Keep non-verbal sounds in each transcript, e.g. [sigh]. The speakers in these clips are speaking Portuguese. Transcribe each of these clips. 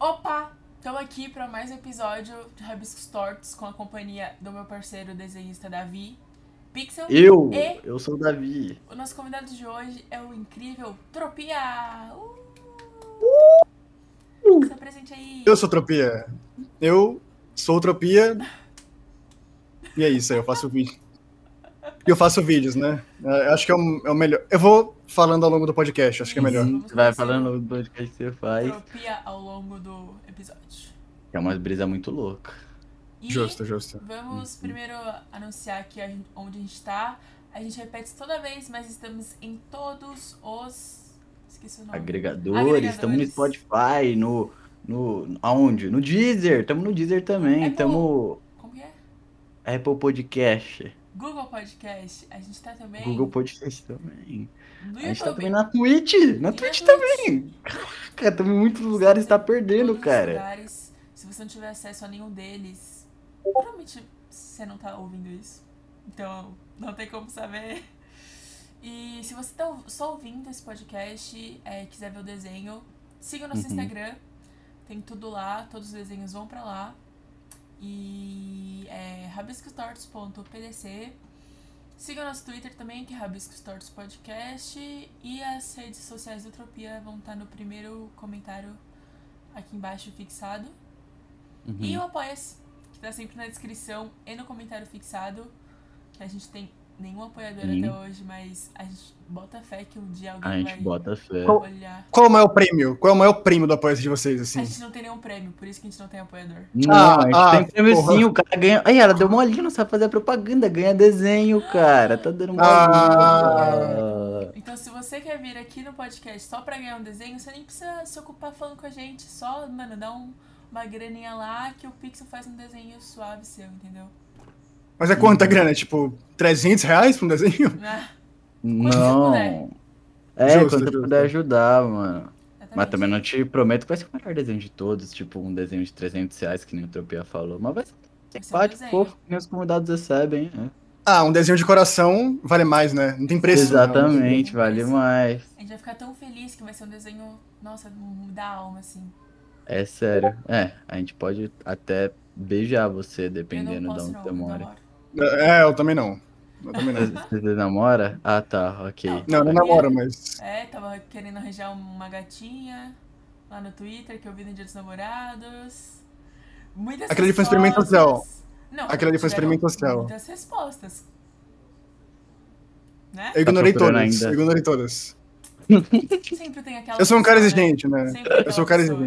Opa! Estamos aqui para mais um episódio de Rabiscos Tortos com a companhia do meu parceiro desenhista Davi Pixel. Eu, E? eu sou o Davi. O nosso convidado de hoje é o incrível Tropia! Uh! Se apresente aí! Eu sou Tropia. Eu sou Tropia. E é isso aí, eu faço vídeo. E eu faço vídeos, né? É, Acho que é o, é o melhor. Eu vou falando ao longo do podcast, acho que é melhor. Sim. Você vai falando do podcast que você faz, Tropia ao longo do episódio. que é uma brisa muito louca. E Justo, justo. Vamos primeiro anunciar aqui a gente- onde a gente está. A gente repete isso toda vez, mas estamos em todos os. Esqueci o nome. Agregadores, estamos no Agregadores. Spotify, no, no. Aonde? No Deezer, estamos no Deezer também, Apple. estamos Como que é? Apple Podcast, Google Podcast. A gente tá também Google Podcast também. no A gente tá YouTube. também na Twitch, na E Twitch Twitch. também. Caraca, estamos em muitos lugares, tá perdendo, Todos os cara. lugares. se você não tiver acesso a nenhum deles, provavelmente você não tá ouvindo isso. Então, não tem como saber. E se você tá só ouvindo esse podcast é, quiser ver o desenho, siga o nosso Uhum. Instagram. Tem tudo lá, todos os desenhos vão pra lá. E é rabiscostortos.pdc. Siga o nosso Twitter também, que é Rabiscos Tortos Podcast. E as redes sociais do Tropia vão estar no primeiro comentário aqui embaixo fixado. Uhum. E o Apoia-se, que tá sempre na descrição e no comentário fixado. Que a gente tem nenhum apoiador Sim. até hoje, mas a gente bota fé que um dia alguém Uhum. A gente vai bota fé. olhar. Qual é o maior prêmio? Qual é o maior prêmio do apoio de vocês, assim? A gente não tem nenhum prêmio, por isso que a gente não tem apoiador. Não, Ah, a gente ah, tem prêmio porra. sim, o cara ganha. Aí ela deu molinho, não sabe fazer a propaganda, ganha desenho, cara. Tá dando molinho. Ah. Então, se você quer vir aqui no podcast só pra ganhar um desenho, você nem precisa se ocupar falando com a gente. Só, mano, dá um- uma graninha lá que o Pixel faz um desenho suave seu, entendeu? [laughs] Mas é quanta grana? Tipo, 300 reais pra um desenho? [laughs] Ah, Não. puder. É, Justo, quando justo. eu puder ajudar, mano. Mas exatamente. também não te prometo que vai ser o melhor desenho de todos, tipo um desenho de 300 reais, que nem o Tropia falou. Mas vai ser Vai ser um simpático, desenho. fofo, que nem os convidados recebem. né? Ah, um desenho de coração vale mais, né? Não tem preço. não. Exatamente, vale né? Preço. mais. A gente vai ficar tão feliz que vai ser um desenho, nossa, da alma, assim. É sério. É, a gente pode até beijar você, eu dependendo não de posso, onde não, você eu mora. namoro. É, eu também não. Eu também não. Você namora? Ah, tá, ok. Não, eu não namoro, mas. É, tava querendo arranjar uma gatinha lá no Twitter que eu vi no Dia dos Namorados. Muitas Aquele ali foi respostas. um experimento social. Não, Aquele ali tiveram foi um experimento social. Muitas respostas. Né? Eu ignorei Tá procurando todas. ainda. Eu ignorei todas. Sempre tem aquela. Eu sou um cara pessoa, né? exigente, né? Sempre tem Eu sou um aquela cara pessoa.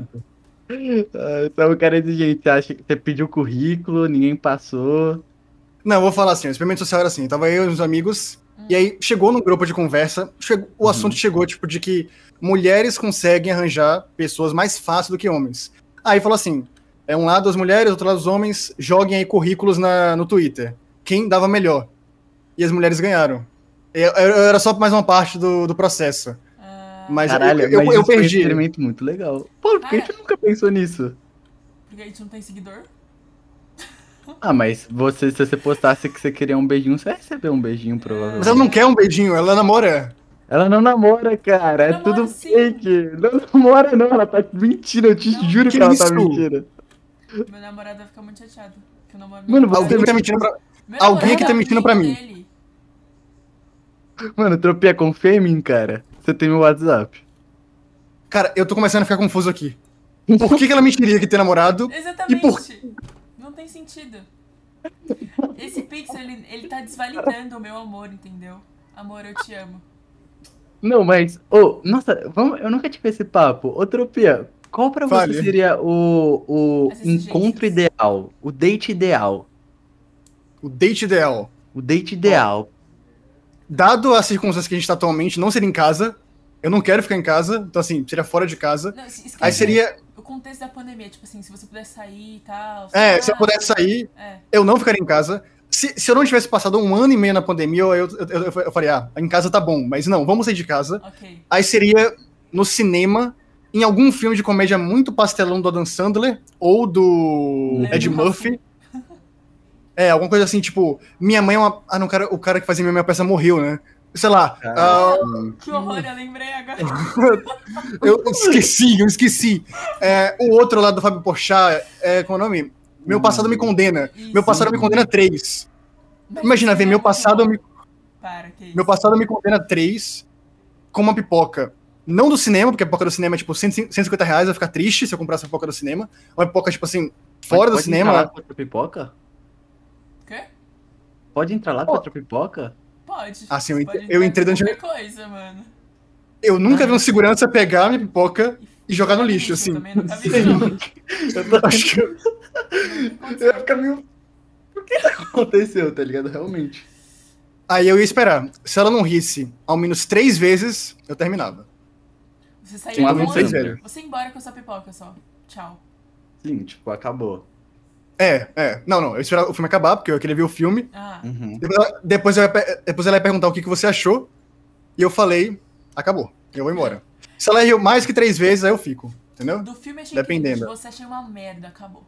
exigente. Ah, Então o cara é desse jeito, você acha que você pediu currículo, ninguém passou. Não, eu vou falar assim, o experimento social era assim, tava eu e uns amigos, e aí chegou num grupo de conversa, chegou- o Uhum. assunto chegou, tipo, de que mulheres conseguem arranjar pessoas mais fácil do que homens. Aí falou assim, é um lado as mulheres, outro lado os homens, joguem aí currículos na, no Twitter. Quem dava melhor? E as mulheres ganharam. Eu, eu- eu era só mais uma parte do, do processo. Ah, Mas Caralho, eu, eu- mas eu isso foi um perdi. experimento muito legal. Pô, por que a É. gente nunca pensou nisso? Porque a gente não tem seguidor? Ah, mas você, se você postasse que você queria um beijinho, você vai receber um beijinho, Mas ela provavelmente. não quer um beijinho, ela namora. Ela não namora, cara. É Namora tudo sim. fake. Não namora, não. Ela tá mentindo. Eu te Não. juro que, Que ela isso? tá mentindo. Meu namorado vai ficar muito chateado. Que eu namoro Mano, meu Alguém namorado. é que tá mentindo pra... Meu alguém namorado que tá é mentindo amigo pra mim. dele. Mano, tropia, confia em mim, cara. Você tem meu WhatsApp. Cara, eu tô começando a ficar confuso aqui. Por que, que ela mentiria que ter namorado? Exatamente. E por Não tem sentido. Esse pixel, ele, ele tá desvalidando o meu amor, entendeu? Amor, eu te amo. Não, mas. Ô, nossa, vamos, eu nunca tive esse papo. Ô, Tropia, qual pra Fale. você seria o, o As exigências. encontro ideal? O date ideal? O date ideal. O date ideal. Dado as circunstâncias que a gente tá atualmente, não seria em casa. Eu não quero ficar em casa, então assim, seria fora de casa. Não, es- esquece Aí seria. o contexto da pandemia, tipo assim, se você puder sair e tal. É, sei se eu lá. pudesse sair, É. eu não ficaria em casa. Se, se eu não tivesse passado um ano e meio na pandemia, eu, eu, eu, eu faria, ah, em casa tá bom, mas não, vamos sair de casa. Ok. Aí seria no cinema, em algum filme de comédia muito pastelão do Adam Sandler ou do Lembra Ed do Murphy. É, alguma coisa assim, tipo, minha mãe é uma. Ah, não, o cara, o cara que fazia minha mãe é uma peça morreu, né? sei lá, ah, Que horror, eu lembrei agora. eu esqueci, eu esqueci. É, o outro lá do Fábio Porchat, é, qual é o nome? Meu Passado Me Condena. Isso. É. Meu Passado Me Condena 3. Mas Imagina isso ver é Meu muito Passado bom. Me Para, que isso. Meu passado me condena 3 com uma pipoca. Não do cinema, porque a pipoca do cinema é tipo 100, 150 reais, eu ia ficar triste se eu comprasse a pipoca do cinema. Uma pipoca, tipo assim, fora do Pode cinema. entrar lá pra outra pipoca? Quê? Pode entrar lá pra Pô. outra pipoca? Pode. Assim, eu Você entre- pode eu um- entrar entrei com durante- qualquer coisa, mano. Eu nunca vi um segurança pegar a [laughs] minha pipoca e jogar no lixo, assim. Também nunca [laughs] vi, não. Eu tô- Acho que eu, eu ia ficar meio. Aconteceu, tá ligado? Realmente. Aí eu ia esperar. Se ela não risse ao menos três vezes, eu terminava. Você saiu Sim, do todo mundo ônibus, fez, velho. Você ia embora com essa pipoca só. Tchau. Sim, tipo, acabou. É, é. Não, não. Eu esperava o filme acabar, porque eu queria ver o filme. Ah, Uhum. Depois ela, depois ela ia pe- depois ela ia perguntar o que, que você achou. E eu falei, acabou. Eu vou embora. Se ela riu mais que três vezes, aí eu fico. Entendeu? do filme achei Dependendo. cringe, você achei uma merda, acabou.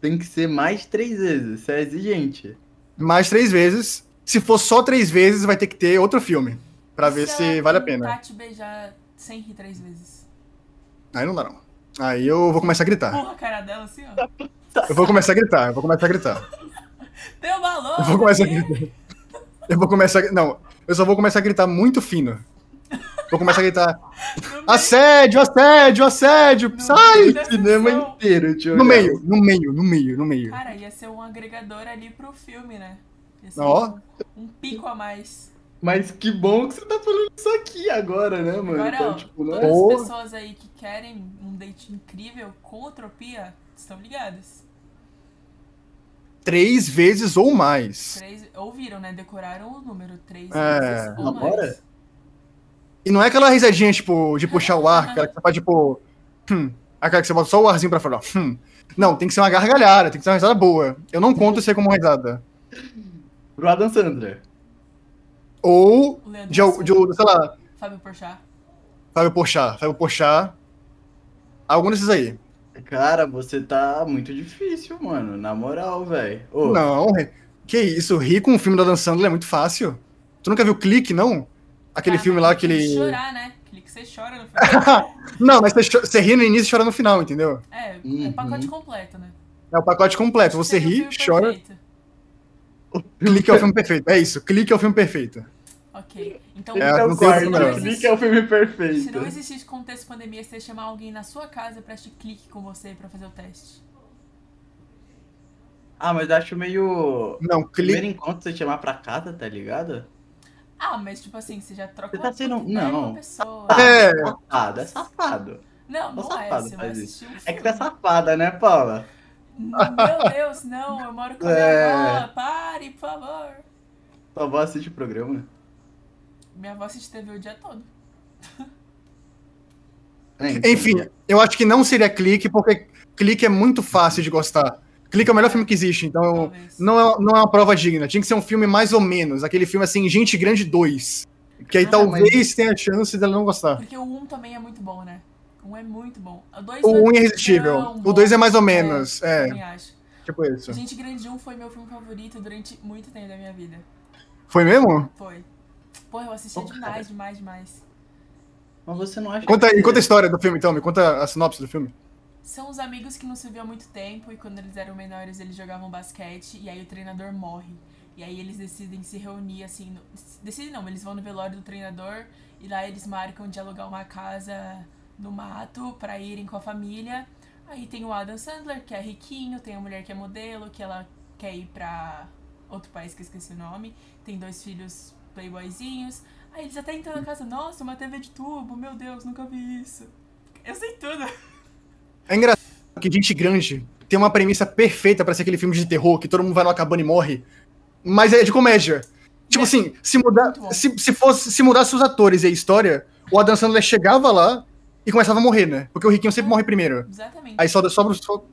Tem que ser mais três vezes, isso é exigente. Mais três vezes. Se for só três vezes, vai ter que ter outro filme. Pra ver se ela vale a tentar pena. te beijar sem rir três vezes. Aí não dá, não. Aí eu vou começar a gritar. Porra a cara dela assim, ó. Eu vou começar a gritar, eu vou começar a gritar. Deu valor! né? Eu vou começar a aqui. gritar. Eu vou começar a... Não, eu só vou começar a gritar muito fino. Vou começar a gritar, No meio- Assim. assédio, assédio, assédio, no sai! meio da Cinema sessão. inteiro, tio. No meio, no meio, no meio, no meio. Cara, ia ser um agregador ali pro filme, né? Ia ser Ó. um, um pico a mais. Mas que bom que você tá falando isso aqui agora, né, mano? Agora, é ó, então, tipo, né? todas Porra. as pessoas aí que querem um date incrível com utopia estão ligadas. Três vezes ou mais. Três, ouviram, né? Decoraram o número três É, vezes ou agora? mais. E não é aquela risadinha, tipo, de puxar o ar, aquela que você faz, tipo. Hum, aquela que você bota só o arzinho pra fora. ó, Hum. Não, tem que ser uma gargalhada, tem que ser uma risada boa. Eu não conto isso aí como risada. Pro Adam Sandler. Ou O Leandro de, al- de sei lá, Fábio Porchat. Fábio Porchat, Fábio Porchat. Algum desses aí. Cara, você tá muito difícil, mano. Na moral, velho. Ô, Não, re- que isso, rir com o filme da Dan Sandler é muito fácil. Tu nunca viu Clique, não? Aquele Ah, filme mas lá, tem que aquele... chorar, né? Aquele que você chora no [laughs] filme. não, mas você, cho- você ri no início e chora no final, entendeu? É, é Uhum. pacote completo, né? É o pacote completo. Você Seria o ri, filme chora, perfeito. Clique é o filme perfeito. É isso, Clique é o filme perfeito. Ok. Então, Clique É, é não o tem quarto, filme mano. não. Clique é o filme perfeito. se não existisse contexto pandemia, você ia chamar alguém na sua casa pra te clique com você pra fazer o teste. Ah, mas acho meio. Não, Clique... Primeiro encontro você chamar pra casa, tá ligado? Ah, mas tipo assim, você já troca Você tá uma- sendo- uma ideia com não. uma pessoa. É, Safado, Ah, é safado. Não, Tô não é. safado, Você vai faz assistir um filme. É que tá safada, né, Paula? Meu Deus, não, eu moro com a É. minha avó. Pare, por favor. Tua avó assiste o programa. Minha avó assiste TV o dia todo. É, então. Enfim, eu acho que não seria clique, porque clique é muito fácil de gostar. Clique é o melhor filme que existe, então Talvez. não é, não é uma prova digna. Tinha que ser um filme mais ou menos, aquele filme assim, Gente Grande 2. Que aí Ah, talvez tenha a chance dela não gostar. Porque o 1 também é muito bom, né? O 1 é muito bom. O 2 O 1 é irresistível. O 2 é mais ou menos. É, Também acho. tipo isso. Gente Grande 1 foi meu filme favorito durante muito tempo da minha vida. Foi mesmo? Foi. Porra, eu assisti Ô, demais, cara. demais, demais. Mas você não acha Conta, que. aí, conta a história do filme, então. Me conta a sinopse do filme. São os amigos que não se viam há muito tempo e quando eles eram menores eles jogavam basquete e aí o treinador morre. E aí eles decidem se reunir assim. no- Decidem não, eles vão no velório do treinador e lá eles marcam de alugar uma casa no mato pra irem com a família. Aí tem o Adam Sandler, que é riquinho, tem a mulher que é modelo, que ela quer ir pra outro país que eu esqueci o nome. Tem dois filhos playboyzinhos. Aí eles até entram na casa, nossa, uma TV de tubo, meu Deus, nunca vi isso. Eu sei tudo. É engraçado que Gente Grande tem uma premissa perfeita pra ser aquele filme de terror que todo mundo vai numa cabana e morre, mas é de comédia. Tipo É. assim, se mudar, Muito bom. se, se fosse, se mudasse os atores e a história, o Adam Sandler chegava lá e começava a morrer, né? Porque o riquinho sempre morre primeiro. Exatamente. Aí só sobra só...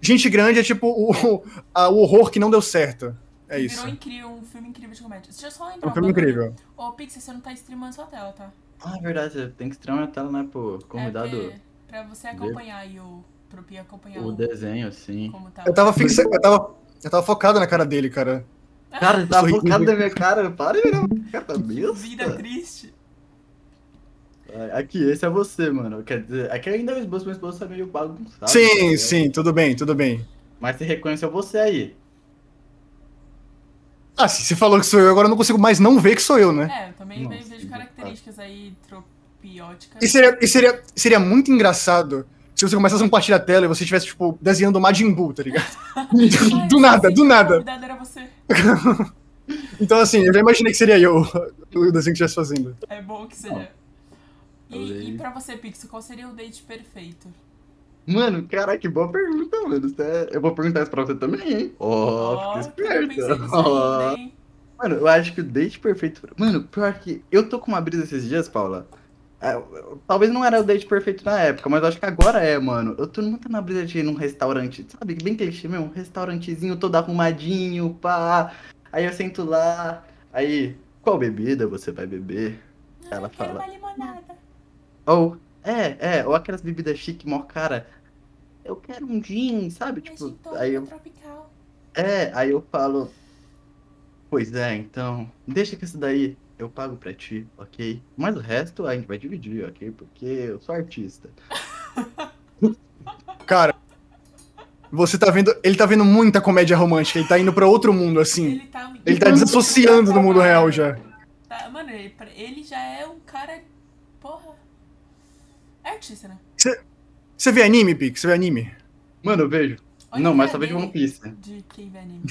Gente Grande é tipo o, a- o horror que não deu certo. É isso. Virou incrível, um filme incrível de comédia. Deixa eu só É entrar um filme incrível. Ô, Pixie, você não tá streamando sua tela, tá? Ah, é verdade, você tem que estranhar a tela, né, pro convidado É porque- pra você acompanhar aí o. Pro Pia acompanhar o o. desenho, assim. Como tá. Eu tava fixa, eu tava eu tava focado na cara dele, cara. é? Cara, tá focado na minha cara. Para de virar minha cara, tá Vida besta. triste. Aqui, esse é você, mano. Quer dizer, aqui ainda é o esboço, mas o esboço é meio bagunçado. Sim, entendeu? sim, tudo bem, tudo bem. Mas você reconheceu você aí. Ah, se você falou que sou eu, agora eu não consigo mais não ver que sou eu, né? É, também Nossa, vejo que características aí tropióticas. E seria, e seria, seria muito engraçado se você começasse a compartilhar a tela e você estivesse, tipo, desenhando o Majin Buu, tá ligado? Ah, eu do pensei nada, que do o nada. convidado era você. Então, assim, eu já imaginei que seria eu o desenho que estivesse fazendo. É bom que Não. seja. E, Adorei. e pra você, Pixel, qual seria o date perfeito? Mano, caraca, que boa pergunta, mano. Você- é- Eu vou perguntar isso pra você também, hein? Ó, Ó, fica eu [laughs] esperto. pensei nisso Ó. ainda, hein? Mano, eu acho que o date perfeito. pra- Mano, pior que. Eu tô com uma brisa esses dias, Paula. Ah, eu- eu- Talvez não era o date perfeito na época, mas eu acho que agora é, mano. Eu tô muito na brisa de ir num restaurante, sabe? Bem clichê mesmo, um restaurantezinho todo arrumadinho, pá. Aí eu sento lá. Aí, qual bebida você vai beber? Ela Quero fala. Tipo, uma limonada. um Ou, é, é, ou aquelas bebidas chique, mó cara. Eu quero um gin, sabe? Tipo, então, aí eu tropical. é, aí eu falo, pois é, então, deixa que isso daí eu pago pra ti, ok? Mas o resto a gente vai dividir, ok? Porque eu sou artista. Cara, você tá vendo. Ele tá vendo muita comédia romântica, ele tá indo pra outro mundo, assim. Ele tá, Ele tá desassociando do mundo real já. Tá, mano, ele, pra- ele já é um cara. Porra. É artista, né? Você vê anime, Pix? Você vê anime? Mano, eu vejo. Olha não, a mas só cara vejo dele One Piece. De quem vê [laughs] anime.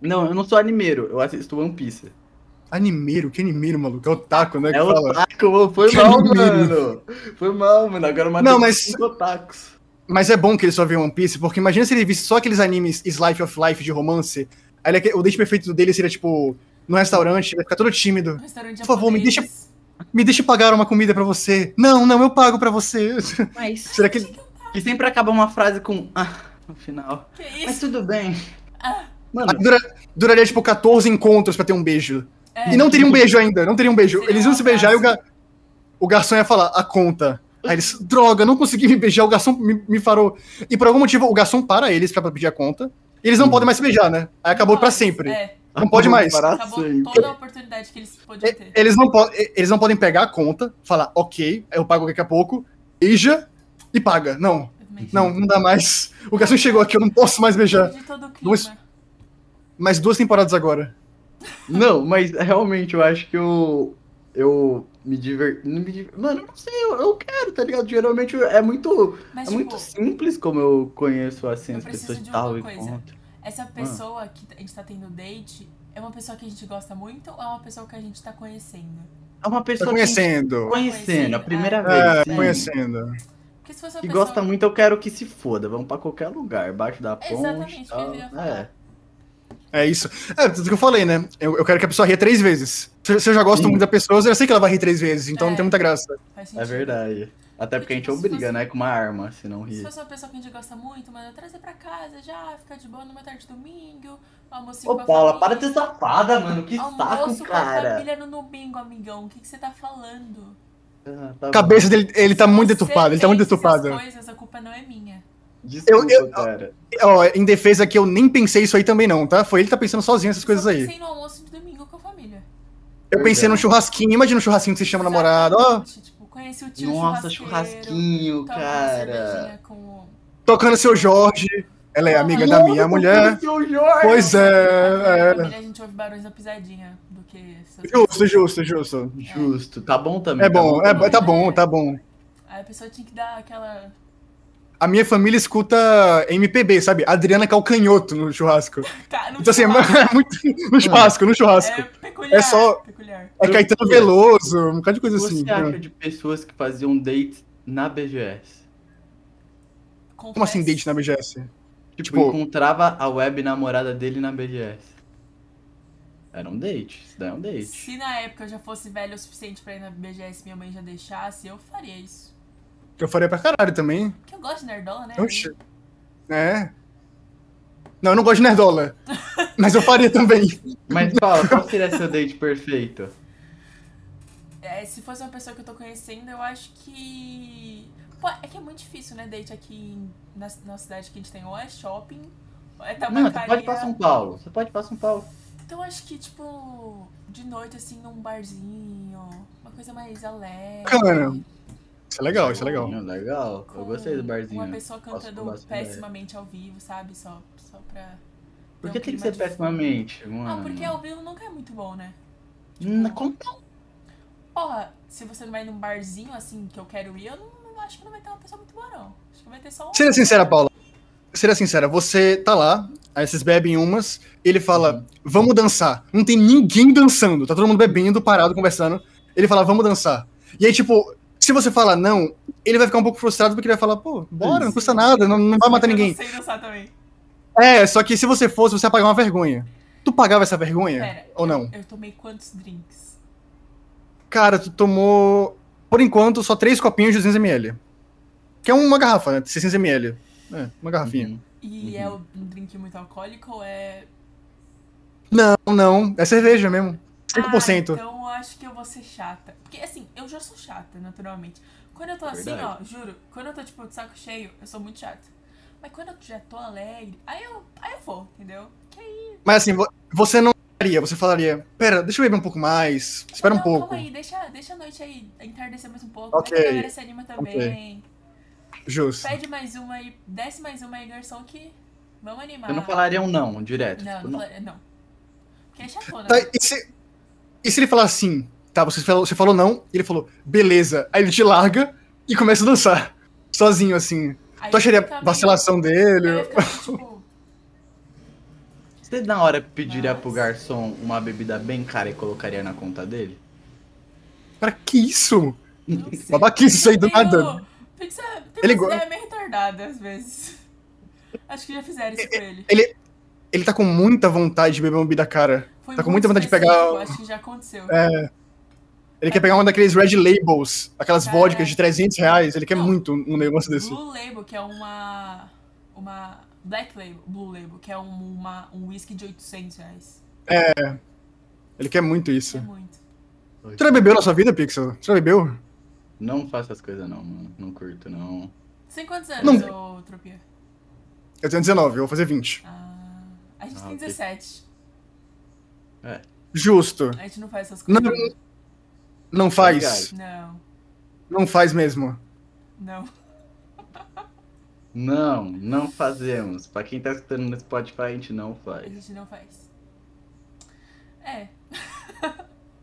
Não, eu não sou animeiro, eu assisto One Piece. Animeiro? Que animeiro, maluco? É otaku, né? É que fala. otaku, mano, foi Que mal, animeiro. mano. Foi mal, mano. Agora eu matei Não, mas- cinco otakus. Mas é bom que ele só vê One Piece, porque imagina se ele visse só aqueles animes Slice of Life de romance. Aí ele- o date perfeito dele seria, tipo, no restaurante, ele vai ficar todo tímido. Um restaurante Por favor, me japonês. Me deixa pagar uma comida pra você. Não, não, eu pago pra você. Mas. [laughs] Será que ele. E sempre acaba uma frase com ah no final. Que Mas isso? tudo bem. Ah, Mano, Aí dura- duraria, tipo, 14 encontros pra ter um beijo. é. E não teria um beijo ainda, não teria um beijo. Seria Eles iam é um se beijar e o, abraço. ga- o garçom ia falar, a conta. Aí eles, droga, não consegui me beijar, o garçom me, me farou. E por algum motivo, o garçom para eles pra pedir a conta. E eles não Hum. podem mais se beijar, né? Aí acabou pra Nossa, sempre. É, Não pode mais. Pra acabou sempre. É, toda a oportunidade que eles podiam E- ter. Eles não, po- e- eles não podem pegar a conta, falar, ok, eu pago daqui a pouco, beija e paga. Não, Mas- não, não dá mais. [laughs] O garçom chegou aqui, eu não posso mais é beijar. De todo o clima. Vamos- Mais duas temporadas agora. Não, mas realmente eu acho que eu. Eu me diverti. Mano, eu não sei, eu, eu quero, tá ligado? Geralmente é muito. Mas, É tipo, muito simples como eu conheço assim, eu as preciso pessoas de tal uma e coisa. contra. essa Ah. pessoa que a gente tá tendo date é uma pessoa que a gente gosta muito ou é uma pessoa que a gente tá conhecendo? É uma Tá pessoa que conhecendo. conhecendo, a primeira É, vez. sim. conhecendo. Porque se fosse uma Que pessoa. gosta muito, eu quero que se foda. Vamos pra qualquer lugar, baixo da ponte. Exatamente, o que eu tal. ia falar. É. É isso. É tudo que eu falei, né? Eu, eu quero que a pessoa ria três vezes. Se, se eu já gosto Sim. muito da pessoa, eu já sei que ela vai rir três vezes, então É. não tem muita graça. Faz É sentido. verdade. Até porque a gente Tipo, se obriga, fosse- né? Com uma arma, se não Se rir. fosse uma pessoa que a gente gosta muito, mano, traz ela pra casa já, fica de boa numa tarde de domingo, almoço Ô, com a Paula, para família. de ser safada, mano. Que tipo, Almoço saco, com a cara. família no domingo, amigão. O que, que você tá falando? Ah, tá A bom. cabeça dele, ele tá muito Você deturpada, ele tá muito fez essas deturpada. coisas, a culpa não é minha. Desculpa, Eu- eu- cara. Ó, em defesa que eu nem pensei isso aí também não, tá? Foi ele que tá pensando sozinho essas coisas Só aí. pensei no almoço de domingo com a família. Eu pensei Verdade. num churrasquinho, imagina um churrasquinho que você chama o namorado, ó, Exatamente, Tipo, conheci o tio Nossa, churrasqueiro, churrasquinho, toma uma cara. cervejinha com o- tocando seu Jorge, ela é amiga da minha Nossa, um mulher. seu Jorge. Pois Na é, é. família a gente ouve barões da pisadinha do que essas Justo, justo, justo. Justo, tá bom também. É bom, tá é, bom. bo- tá bom, tá bom. Aí a pessoa tinha que dar aquela. A minha família escuta MPB, sabe? Adriana Calcanhoto no churrasco. Cara, não Então assim, [laughs] é churrasco, muito no churrasco, no churrasco. é peculiar. É só- Peculiar. É Caetano Veloso, um bocado de coisa O que assim. você acha de pessoas que faziam dates na BGS? Confesso. Como assim date na BGS? Tipo, Tipo- encontrava a web namorada dele na BGS. Era um date, isso daí é um date. Se na época eu já fosse velho o suficiente pra ir na BGS e minha mãe já deixasse, eu faria isso. Que eu faria pra caralho também. Porque eu gosto de nerdola, né? Oxe. É. Não, eu não gosto de nerdola. Mas eu faria também. Mas Paula, qual seria seu date perfeito? É, se fosse uma pessoa que eu tô conhecendo, eu acho que. Pô, é que é muito difícil, né? Date aqui em- na, na cidade que a gente tem, ou é shopping, ou é Não, você tabacaria. um pode ir pra São Paulo. Você pode ir pra São Paulo. Então acho que, tipo, de noite, assim, num barzinho, uma coisa mais alegre. Cara, Isso é legal, isso é legal. Não, legal. Eu com gostei do barzinho. Uma pessoa Posso cantando falar assim, né? sobre pessimamente ao vivo, sabe? Só, só pra. Por dar que um tem que clima ser de- pessimamente, mano? Ah, porque ao vivo nunca é muito bom, né? Hum, conta- Porra, se você não vai num barzinho assim que eu quero ir, eu não eu acho que não vai ter uma pessoa muito boa, não. Acho que vai ter só um. Seria sincera, Paula. Seria sincera, você tá lá, aí vocês bebem umas, ele Uhum. fala, vamos dançar. Não tem ninguém dançando, tá todo mundo bebendo, parado, conversando. Ele fala, vamos dançar. E aí, tipo, se você falar não, ele vai ficar um pouco frustrado porque ele vai falar, pô, bora, não custa nada, não, não vai matar Eu ninguém. Não sei dançar também. É, só que se você fosse, você ia pagar uma vergonha. Tu pagava essa vergonha? Pera. É. Ou não? Eu tomei quantos drinks? Cara, tu tomou, por enquanto, só três copinhos de 200ml. Que é uma garrafa, né? 600ml. É, uma garrafinha. Uhum. E é um drink muito alcoólico ou é. Não, não. É cerveja mesmo. 5%. Ah, então eu acho que eu vou ser chata. Porque assim, eu já sou chata, naturalmente. Quando eu tô assim, Verdade. ó, juro, quando eu tô tipo de saco cheio, eu sou muito chata. Mas quando eu já tô alegre, aí eu, aí eu vou, entendeu? Que aí, Mas assim, vo- você não faria, você falaria, pera, deixa eu beber um pouco mais, espera um não, pouco. Calma aí, deixa, deixa a noite aí entardecer mais um pouco. Ok. Vai que a galera se anima também. Justo. Pede mais uma aí, desce mais uma aí, garçom, que vamos animar. Eu não falaria um não, direto. Ah. Não, tipo, não, não. falaria- não. Porque é chatona. Tá, né? e, se, e se ele falar assim, tá, você falou, você falou não, e ele falou, beleza. Aí ele te larga e começa a dançar, sozinho assim. Aí Tu acharia fica meio- vacilação Eu ia dele? ficar meio, [laughs] tipo, Você na hora pediria Nossa. pro garçom uma bebida bem cara e colocaria na conta dele? Pra que isso? não sei. Babaquice isso aí do Eu tenho- nada. Tem Ele uma go- ideia meio retardada às vezes. Acho que já fizeram É, isso com ele. Ele tá com muita vontade de beber uma bebida cara. Foi tá com muito muita vontade de pegar específico, o- É, Acho que já aconteceu. Ele quer pegar uma daqueles red labels, aquelas Caraca. vodkas de 300 reais. Ele quer É. Não. muito um um negócio desse. Blue Label, que é uma. Uma. Black Label, Blue Label, que é um, uma, um whisky de 800 reais. Ele quer muito isso. É muito. Você já bebeu na sua vida, Pixel? Você já bebeu? Não faço essas coisas não, mano. Não curto, não. Você tem quantos anos, ô Tropia? Eu tenho 19, eu vou fazer 20. Ah, a gente Ah, tem ok. 17. Justo. A gente não faz essas Não, coisas. não faz. Não, Não faz mesmo. não. Não, não fazemos. Pra quem tá escutando no Spotify, a gente não A faz. gente não faz. É.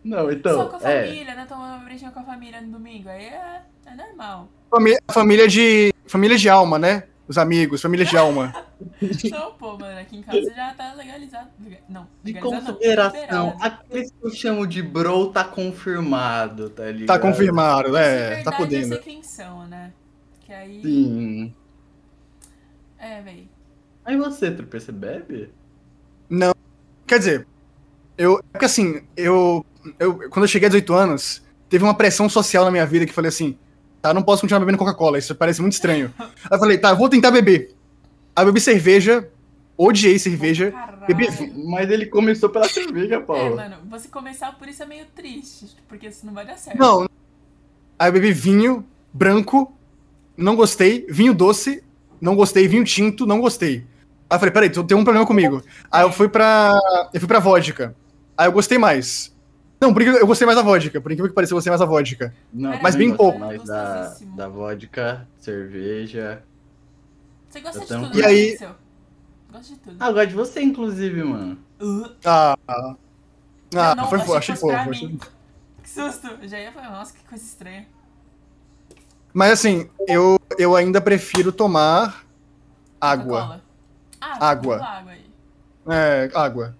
Não, então. Só com a é. família, né? Tomando uma brejinha com a família no domingo. Aí é, é [laughs] normal. Família, família de. Família de alma, né? Os amigos, família de alma. Não, Então, pô, mano, aqui em casa já tá legalizado. Lega- Não, De legalizado não, consideração, liberado. aqueles que eu chamo de bro tá confirmado, tá ligado? Tá confirmado, Se é. Tá verdade, Eu podendo. sei quem são, né? Que aí. Sim. É, véi. Aí você, tu percebe? Quer dizer, eu. é Porque assim, eu, eu. Quando eu cheguei a 18 anos, teve uma pressão social na minha vida que eu falei assim: tá, não posso continuar bebendo Coca-Cola, isso parece muito estranho. Aí eu falei, tá, eu vou tentar beber. Aí eu bebi cerveja, odiei [laughs] cerveja. Caralho. bebi- Mas ele começou pela cerveja, É, Paulo. mano, você começar por isso é meio triste, porque isso não vai dar certo. Não. Aí eu bebi vinho branco, não gostei. Vinho doce, não gostei. Vinho tinto, não gostei. Aí eu falei, peraí, tu tem um problema comigo. Aí eu fui pra. Eu fui pra vodka. Aí eu gostei mais. Não, por incrível- eu gostei mais da vodka. Por incrível que pareça, eu gostei mais da vodka. Não, Mas também bem gosto pouco. Mais da, Gostosíssimo. da vodka, cerveja. Você gosta Eu de tenho- um tudo, E né, aí- Pixel? Gosta de tudo. Ah, eu gosto de você, inclusive, mano. Uh, Ah. ah, eu não achei foi fofo, que achei fosse pra fofo. mim. achei- Que susto! Eu já ia falar, nossa, que coisa estranha. Mas assim, eu, eu ainda prefiro tomar água. Coca-Cola. Ah, Água. botou água aí. É, água.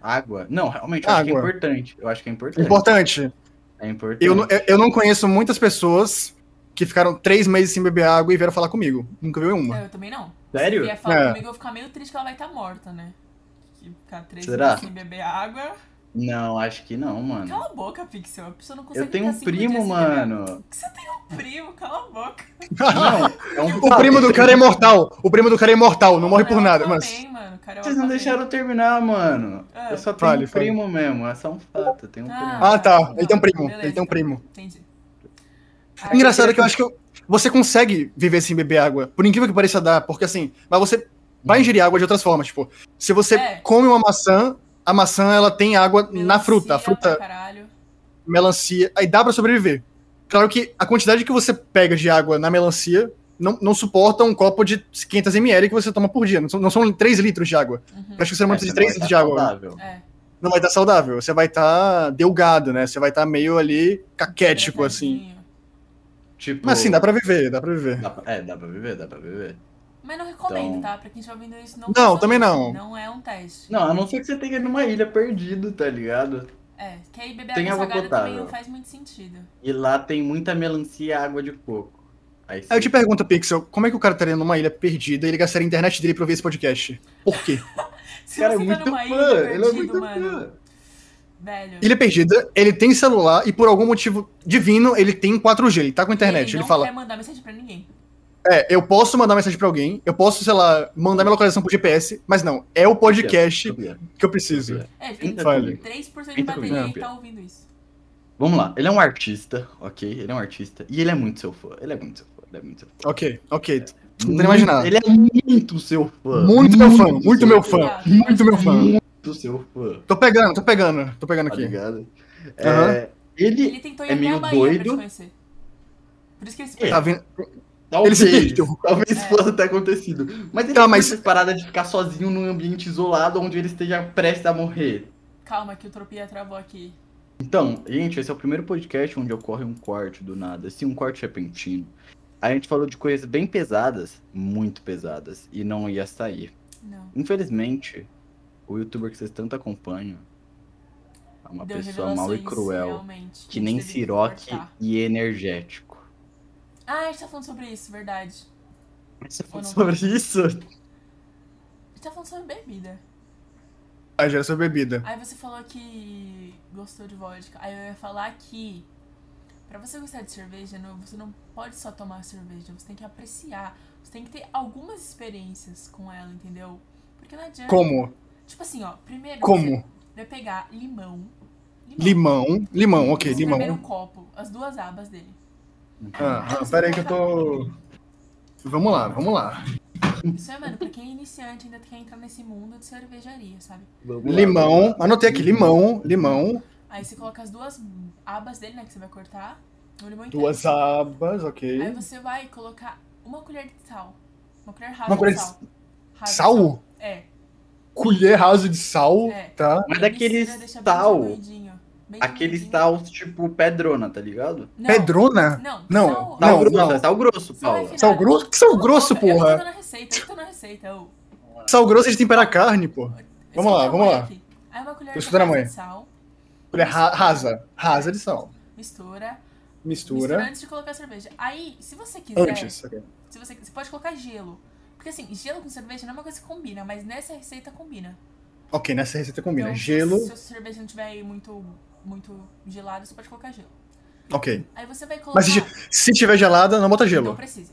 Água. Não, realmente, eu acho que é Água. importante. Eu acho que é importante. Importante. É importante. Eu, não- eu- eu não conheço muitas pessoas que ficaram três meses sem beber água e vieram falar comigo. Nunca viu uma. Não, eu também não. Se Sério? vier falar Hum. É. comigo, eu vou ficar meio triste que ela vai estar morta, né? Que ficar três Será? dias sem beber água. Não, acho que não, mano. Cala a boca, Pixel. A pessoa não consegue Eu tenho ficar um cinco primo, dias sem beber mano. primo, cala a boca. [laughs] Não, é um O primo do cara é imortal. O primo do cara é imortal, não morre por nada, mas. Também, tá mano. tá Cara, Vocês não deixaram eu terminar, mano. É. Eu só tenho Fale, um fale. primo mesmo, é só um fato. Eu tenho um primo. Ah, tá. Ele tem um primo, ele tem um primo. Entendi. O Engraçado é que eu acho que eu- você consegue viver sem beber água. Por incrível que pareça dar, porque assim, mas você vai ingerir água de outras formas. Tipo, se você É. come uma maçã, a maçã ela tem água na Melancia né? fruta. A fruta pra caralho. melancia, aí dá pra sobreviver. Claro que a quantidade que você pega de água na melancia não, não suporta um copo de 500 ml que você toma por dia. Não são, não são 3 litros de água. Uhum. Acho que você não precisa Ah, de Essa não é 3 litros de água. saudável. É, Não vai estar saudável. Você vai estar delgado, né? Você vai estar meio ali caquético, assim. tratadinho. Tipo, Mas assim, dá pra viver, dá pra viver. dá pra- É, dá pra viver, dá pra viver. Mas não recomendo, Então- tá? Pra quem estiver ouvindo isso, não Não, faça também isso. não. Não é um teste. Não, a não ser que você tenha numa ilha perdido, tá ligado? É, que aí beber Tem água água salgada potável. também não faz muito sentido. E lá tem muita melancia e água de coco. Aí, Aí eu te você- pergunto, Pixel, como é que o cara estaria numa ilha perdida e ele gastaria a internet dele pra ouvir esse podcast? Por quê? Se Esse cara é você muito tá fã, numa ilha perdido, ele é muito mano, fã. velho. Ilha perdida, ele é tem celular e por algum motivo divino ele tem 4G, ele tá com internet. ele Ele, não fala, quer mandar mensagem pra ninguém. é, eu posso mandar mensagem pra alguém, eu posso, sei lá, mandar minha localização pro GPS, mas não, é o podcast que eu preciso. É, ele tem Então, Fale. 3% de Então, bateria e Jumper. tá ouvindo isso. Vamos lá, ele é um artista, ok? Ele é um artista. E ele é muito seu fã. Ele é muito seu fã. Ele é muito seu fã. Ok, ok. Não Muito- tô imaginando. Ele é muito seu fã. Muito meu fã, muito seu meu fã, Obrigado. muito meu fã. Muito seu fã, Tô pegando, tô pegando, tô pegando tá aqui. ligado? Aham. É, ele Ele tentou ir É até meio a Bahia pra te doido. conhecer. Por isso que ele se É. Tá vendo? Talvez, Ele se perdeu. talvez É. fosse ter acontecido. Mas ele Tá, tem mas- essa parada de ficar sozinho num ambiente isolado onde ele esteja prestes a morrer. Calma, que o Tropia travou aqui. Então, gente, esse é o primeiro podcast onde ocorre um corte do nada, assim, um corte repentino. A gente falou de coisas bem pesadas, muito pesadas, e não ia sair. Não. Infelizmente, o youtuber que vocês tanto acompanham é uma Deu pessoa mal e revelações, cruel, realmente. que nem Teve siroque cortar. e energético. Ah, a gente tá falando sobre isso, verdade. Você Ou falou não. sobre isso? A gente tá falando sobre bebida. Ah, já era sobre bebida. Aí você falou que gostou de vodka. Aí eu ia falar que pra você gostar de cerveja, não- você não pode só tomar cerveja, você tem que apreciar. Você tem que ter algumas experiências com ela, entendeu? Porque não adianta. Como? Tipo assim, ó, primeiro Como? você vai pegar limão. Limão, limão, ok, Esse limão. Primeiro um copo, as duas abas dele. Ah, ah, pera aí que eu tô. Vamos lá, vamos lá. Isso é, mano, pra quem é iniciante ainda quer entrar nesse mundo de cervejaria, sabe? Vamos lá, vamos Limão, lá. anotei aqui, limão, limão, Aí você coloca as duas abas dele, né, que você vai cortar. O limão inteiro. duas abas, Aí ok. você vai colocar uma colher de sal. Uma colher rasa Uma colher de de sal. Rasa de Sal? É. Colher raso de sal, É. tá? Mas Aí daquele mistura, deixa bem sal, diluidinho, bem aquele diluidinho. sal, tipo, pedrona, tá ligado? Não, Pedrona? Não, Não, sal- Sal não, grosso, não. é sal grosso, Sal Paula. refinado. Sal grosso? Que sal grosso, Eu tô porra? na receita, eu tô na receita. ô. Sal grosso é de temperar carne, pô. Vamos Escuta lá, a vamos mãe lá. aqui. é Aí uma colher Tô escutando a rasa mãe. de sal, Colher ra- rasa, rasa de sal. mistura, mistura Mistura. antes de colocar a cerveja. Aí, se você quiser, Antes. ok. se você, você pode colocar gelo. Porque assim, gelo com cerveja não é uma coisa que combina, mas nessa receita combina. Ok, nessa receita combina. Então, se- né? Gelo, Se a sua cerveja não tiver muito, muito gelada, você pode colocar gelo. ok. Aí você vai colocar. Mas se, se tiver gelada, não bota Não gelo. precisa.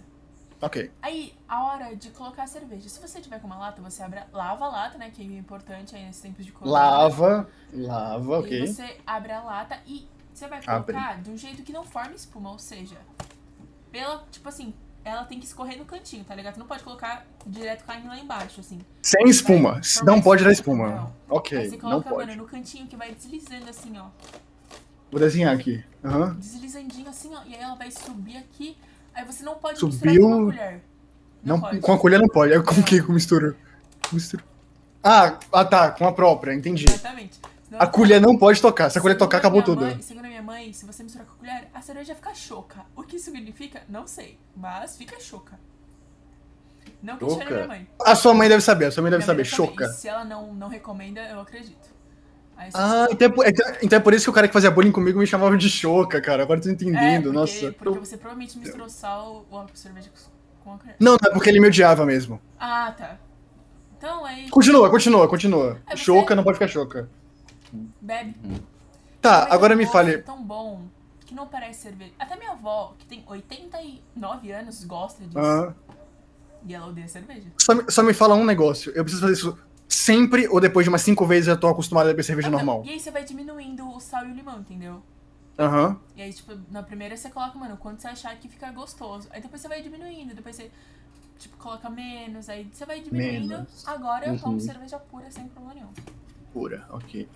Ok. Aí, a hora de colocar a cerveja. Se você tiver com uma lata, você abre, a- lava a lata, né? Que é importante aí nesses tempos de corona. Lava, lava, E ok. você abre a lata e você vai Abre. colocar de um jeito que não forme espuma, ou seja, pela, tipo assim, ela tem que escorrer no cantinho, tá ligado? Você não pode colocar direto caindo lá embaixo, assim. Sem espuma. Não pode dar espuma. Aí Ok, você não coloca, mano, pode. no cantinho que vai deslizando assim, ó. Vou desenhar aqui. Aham. Deslizandinho assim, ó. E aí ela vai subir aqui. Aí você não pode misturar Subiu. com uma colher. Não, pode. com a colher não pode. Aí com o que que eu misturo? Misturo. Ah, ah, tá, com a própria, entendi. Exatamente. Senão A ela- colher não pode tocar. Se a colher Segundo tocar, a minha acabou tudo. mãe- segundo a minha mãe, se você misturar com a colher, a cerveja fica choca. O que significa? Não sei. Mas fica choca. Não questione Choca? minha mãe. A sua mãe deve saber, a sua mãe deve Minha mãe saber. Choca. E se ela não, não recomenda, eu acredito. Aí você- Ah, então é, por, então- então é por isso que o cara que fazia bullying comigo me chamava de choca, cara. Agora eu tô é, entendendo, porque, nossa. Porque você provavelmente misturou sal ou a cerveja com- com a colher. Não, não, é porque ele me odiava mesmo. Ah, tá. Então aí Continua, continua, continua. É, você- Choca, não pode ficar choca. bebe. Tá, Mas agora é um me gosto fale. tão bom que não parece cerveja. Até minha avó, que tem 89 anos, gosta disso. Ah, E ela odeia cerveja. só, me- só me fala um negócio. Eu preciso fazer isso sempre ou depois de umas cinco vezes eu tô acostumado a beber cerveja Ah, normal? E aí você vai diminuindo o sal e o limão, entendeu? Aham. E aí, tipo, na primeira você coloca, mano, quando você achar que fica gostoso. Aí depois você vai diminuindo, depois você, tipo, coloca menos, aí você vai diminuindo. Menos. Agora eu tomo Uhum. cerveja pura sem problema nenhum. Pura, ok.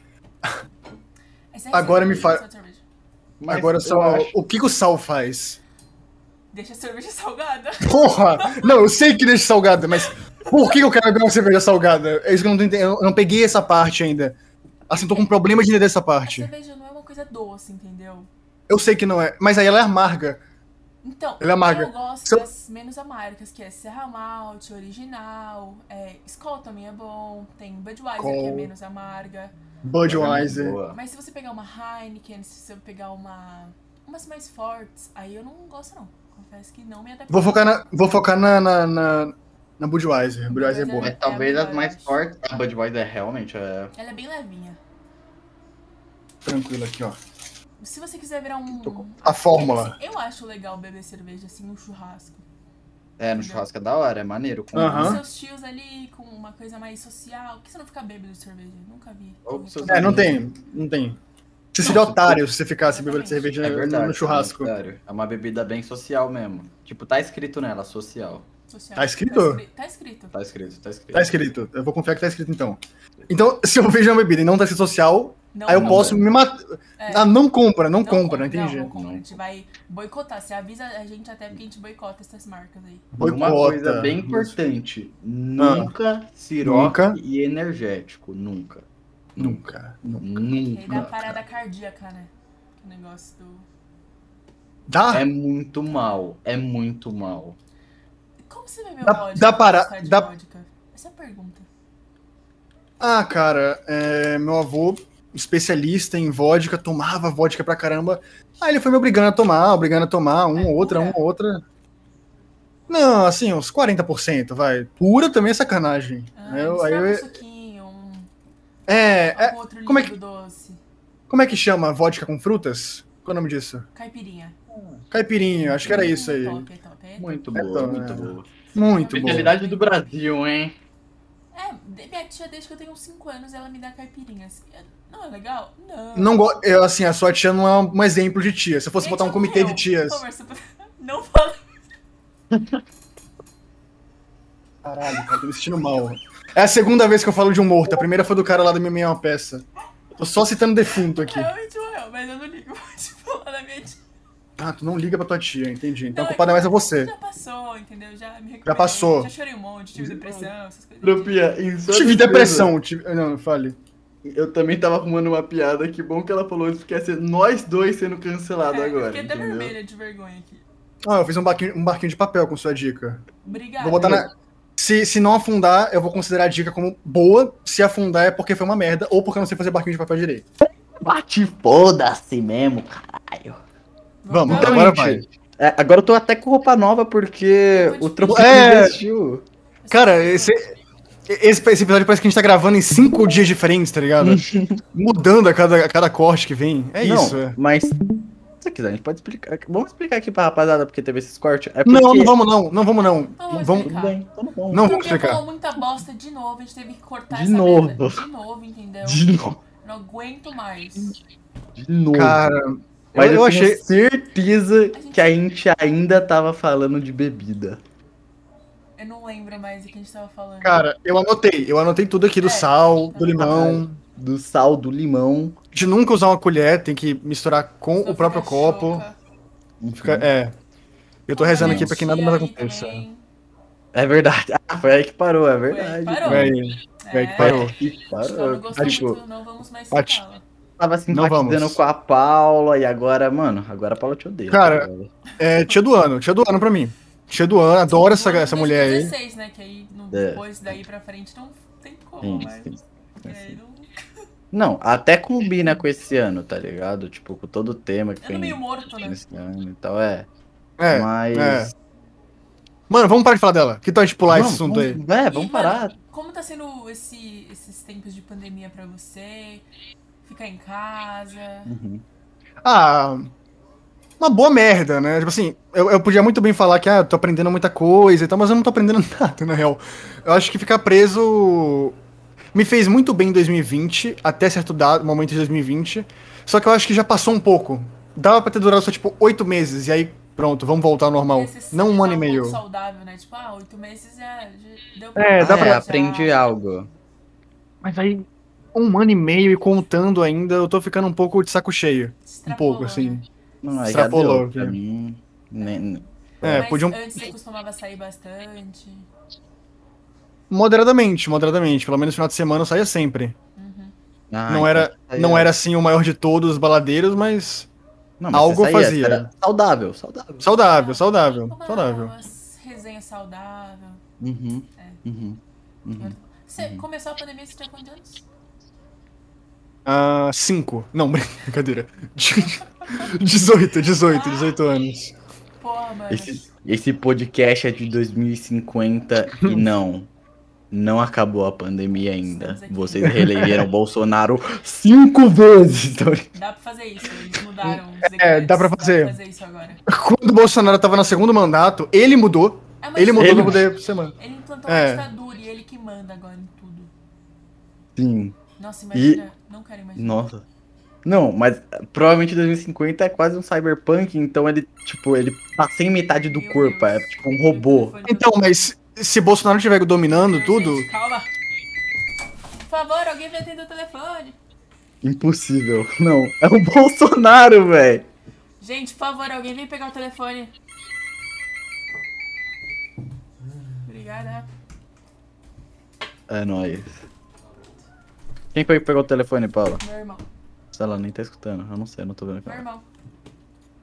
Essa é Agora me cerveja, fa- essa cerveja. Mas Agora eu só. acho- O que, que o sal faz? Deixa a cerveja [laughs] salgada. Porra! Não, eu sei que deixa salgada, mas por que eu quero beber uma cerveja salgada? É isso que eu não tô entendendo. Eu não peguei essa parte ainda. Assim, tô com problema de entender essa A parte. cerveja não é uma coisa doce, entendeu? Eu sei que não é, mas aí ela é amarga. Então, Ela é amarga. eu gosto Se eu- das menos amargas, que é Serra Malte, Original, é, Skol também é bom, tem Budweiser, que é Skol. menos amarga. É Budweiser. muito boa. Mas se você pegar uma Heineken, se você pegar uma umas mais fortes, aí eu não gosto não. Confesso que não me adaptei. Vou focar na, vou focar na, na, na, na Budweiser. Budweiser é boa. Mas talvez É a as mais melhor, fortes. A Budweiser realmente é. Ela é bem levinha. Tranquilo aqui, ó. Se você quiser virar um A fórmula. Eu acho legal beber cerveja assim um churrasco. É, no churrasco é da hora, é maneiro. Com... Com Aham. seus tios ali, com uma coisa mais social. Por que você não fica bêbado de cerveja? Nunca vi. Ou com seus É, não tem. Não tem. Você seria otário se você ficasse bebendo Exatamente. cerveja É no- verdade. no churrasco. É, verdade. É uma bebida bem social mesmo. Tipo, tá escrito nela, social. Social. Tá escrito? Tá, escri- tá escrito. Tá escrito, tá escrito. Tá escrito. Eu vou confiar que tá escrito então. Então, se eu vejo uma bebida e não tá escrito social, Não, aí eu não. posso me matar. É. Ah, não compra, não, Não compra, não entendi. Não, não compra. Não. A gente vai boicotar. Você avisa a gente até porque a gente boicota essas marcas aí. E Uma Boicota. Ah. coisa bem importante: nunca siroca Nunca. e energético. Nunca. Nunca. nunca. E aí dá Nunca. parada cardíaca, né? O negócio do. Dá? É muito mal. É muito mal. Como você bebeu Dá- vodka? dá para- Você tá de dá- vodka? Essa é a pergunta. Ah, cara, é, meu avô, especialista em vodka, tomava vodka pra caramba. Aí ele foi me obrigando a tomar, obrigando a tomar, um, É outra, pura? um, outra. Não, assim, uns 40%, vai. Pura também é sacanagem. Ah, Eu- aí misturava eu- um suquinho, um, é, é, algum outro como é líquido doce. como é que chama vodka com frutas? Qual é o nome disso? Caipirinha. Caipirinha, acho que era isso aí. Top, é top. É, Muito É boa, tão- muito é. boa. Muito bom. Especialidade do Brasil, hein? É, de- minha tia, desde que eu tenho 5 anos, ela me dá caipirinhas. É- Não é legal? Não. Não go- eu, assim, a sua tia não é um exemplo de tia. Se eu fosse Minha botar um tia comitê de morreu. tias. Por favor, você- [laughs] Não fala. Caralho, cara, tô me sentindo mal. É a segunda vez que eu falo de um morto. A primeira foi do cara lá da minha meia uma peça. Tô só citando defunto aqui. Realmente morreu, mas eu não ligo [laughs] pra te falar da minha tia. Ah, tu não liga pra tua tia, entendi. Não, Então a culpada mais é você. Já passou, entendeu? Já me recuperei. Já passou. Já chorei um monte, tive depressão, essas coisas. Tropia, em sua Tive defesa, depressão. Tive... Não, fale. Eu também tava arrumando uma piada, que bom que ela falou isso, porque ia ser nós dois sendo cancelados É, eu agora, fiquei até entendeu? vermelha de vergonha aqui. Ah, eu fiz um barquinho, um barquinho de papel com sua dica. Obrigada. Vou botar na. Se, se não afundar, eu vou considerar a dica como boa. Se afundar é porque foi uma merda ou porque eu não sei fazer barquinho de papel direito. Bate foda-se mesmo, caralho. Vamos, Voltando. agora vai. É, agora eu tô até com roupa nova, porque Eu vou o te- Tropia É. investiu. assim, Cara, esse, esse, esse episódio parece que a gente tá gravando em cinco dias diferentes, [laughs] tá ligado? Mudando a cada, a cada corte que vem. É Não, isso. é. mas... Se você quiser, a gente pode explicar. Vamos explicar aqui pra rapaziada, porque teve esses cortes. É porque... Não, não vamos não, não vamos não. Não, é mas Vamos, vem Tudo bem, então tudo bom. não vamos Porque explicar. falou muita bosta de novo, a gente teve que cortar De essa novo. merda. De novo, entendeu? De novo. Não aguento mais. De novo. Cara, Mas eu, eu, eu achei. tenho certeza que a gente ainda tava falando de bebida. Eu não lembro mais o que a gente tava falando. Cara, eu anotei. Eu anotei tudo aqui do É. sal, do limão. Do sal, do limão. De nunca usar uma colher, tem que misturar com Só o próprio fica copo. choca. Fica- é. Eu tô rezando aqui pra que nada mais Aí aconteça. também. É verdade. Ah, foi aí que parou, é aí que verdade. parou. Vai, vai É, que parou. que acho que ela não gostou Acho- muito, não vamos mais Ati- citá-la. Tava simpatizando vamos. com a Paula e agora, mano, agora a Paula te odeia. Cara, tá ligado? É, tia do ano, tia do ano pra mim. Tia do ano, adoro essa, Agora essa mulher aí. 2016, né, que aí não- É. depois daí pra frente não tem como, Sim, mas... sim. e Assim, aí É, não- Não, até combina com esse ano, tá ligado? Tipo, com todo o tema que Eu tô tem É meio morto, né? nesse ano e tal, é. É. Mas. é. Mano, vamos parar de falar dela. Que tal de pular esse assunto aí? vamos, É, vamos E, parar. mano, como tá sendo esse- esses tempos de pandemia pra você? Ficar em casa? Uhum. Ah, uma boa merda, né? Tipo assim, eu, eu podia muito bem falar que ah, eu tô aprendendo muita coisa e tal, mas eu não tô aprendendo [laughs] nada, na real. Eu acho que ficar preso me fez muito bem em 2020, até certo dado, momento de 2020. Só que eu acho que já passou um pouco. Dava pra ter durado só, tipo, oito meses, e aí pronto, vamos voltar ao normal. Esse- tá não um ano e pouco meio. saudável, né? Tipo, ah, oito meses já, já deu É, dá Ah, pra- aprendi algo. Mas aí. um ano e meio e contando ainda, eu tô ficando um pouco de saco cheio. Um pouco, né? assim. Não, aí Extrapolou, já deu pra viu? mim. Nem- nem- É, Mas podiam. antes eu costumava sair bastante. Moderadamente, moderadamente. Pelo menos no final de semana eu saía sempre. Ah, não era, então, não era assim o maior de todos os baladeiros, mas Não, mas algo você saía, fazia. Era é saudável, saudável. saudável, saudável, Uma, saudável. Uma resenha saudável. Uhum, É. uhum, uhum. Você começou a pandemia, você tinha quantos anos? Ah, cinco. Não, [laughs] brincadeira. 18, 18, 18 anos. Porra, mano. Esse, esse podcast é de 2050 [laughs] e não. Não acabou a pandemia ainda. Estamos aqui. [laughs] Vocês reelegeram Bolsonaro cinco vezes. [laughs] então, Tô brincando. Dá pra fazer isso, eles mudaram. os É, decretos, dá pra fazer. Dá pra fazer isso agora. Quando o Bolsonaro tava no segundo mandato, ele mudou. Ah, mas Ele mudou Ele- pra poder semana. ele implantou uma É. ditadura e ele que manda agora em tudo. Sim. Nossa, imagina. Não quero imaginar. Nossa. Não, mas ah, provavelmente 2050 é quase um cyberpunk, então ele, tipo, ele tá sem metade do Meu corpo, Deus. é tipo um robô. Então, mas se Bolsonaro estiver dominando tá Gente, tudo, Calma. Por favor, alguém vem atender o telefone. Impossível. [laughs] Não, é o Bolsonaro, velho. Gente, por favor, alguém vem pegar o telefone. Obrigada. É nóis. Quem foi que pegou o telefone, Paula? Meu irmão. Sei lá, nem tá escutando. Eu não sei, eu não tô vendo. Meu irmão.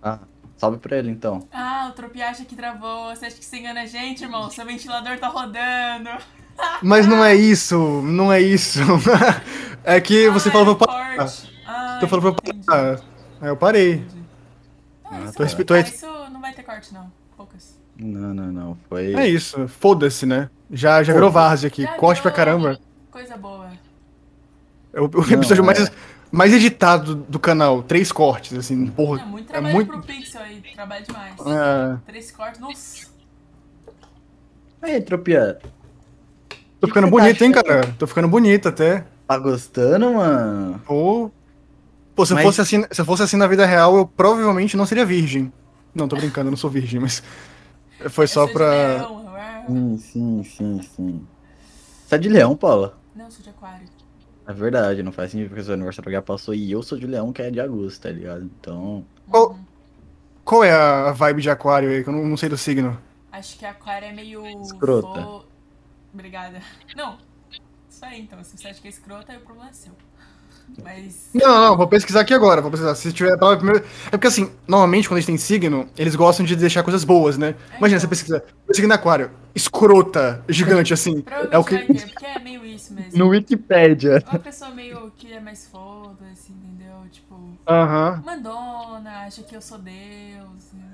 Ah, salve pra ele então. Ah, o tropiacha que travou. Você acha que você engana a gente, irmão? Seu ventilador tá rodando. tá mas não é isso, não é isso. [laughs] é que você Ai, falou pra eu parar. corte. Ai, Você falou pra eu entendi, parar. Aí eu parei. entendi. Não, Ah, isso, tô respeito- ah, isso não vai ter corte, não. Poucas. Não, não, não. Foi. É isso, foda-se, né? Já, já virou Porra. várzea aqui, Já corte pra virou caramba. Coisa boa. É o, o episódio é. Hum. mais, mais editado do canal, três cortes, assim, É porra. muito É trabalho muito. pro Pixel aí. Trabalho demais. é, Três cortes. Nossa. Aí, Tropia. tô ficando que você tá bonito, hein, achando? cara? Tô ficando bonito até. Tá gostando, mano? Pô. Pô, se, eu Mas- fosse assim, se eu fosse assim na vida real, eu provavelmente não seria virgem. Não, tô brincando, eu não sou virgem, mas. Foi só eu sou É de pra. Hum. leão, uau. Sim, sim, sim, sim. Você é de leão, Paula. Não, eu sou de aquário. É verdade, não faz sentido porque seu aniversário já passou e eu sou de leão, que é de agosto, tá ligado? Então. Qual- Uhum. Qual é a vibe de aquário aí? Que eu não, não sei do signo. Acho que aquário é meio. Escrota. fo- Obrigada. Não. Isso aí então. Se você acha que é escrota, aí o problema é seu. Mas. Não, não, não, vou pesquisar aqui agora, vou pesquisar. Se tiver a palavra primeiro. É porque assim, normalmente quando a gente tem signo, eles gostam de deixar coisas boas, né? Imagina, você pesquisa. Signo aquário, escrota, [laughs] gigante, assim. Provavelmente É o que. vai ter, porque é meio isso mesmo. Wikipédia. Uma pessoa meio que é mais foda, assim, entendeu? Tipo, Aham. mandona, acha que eu sou Deus, entendeu?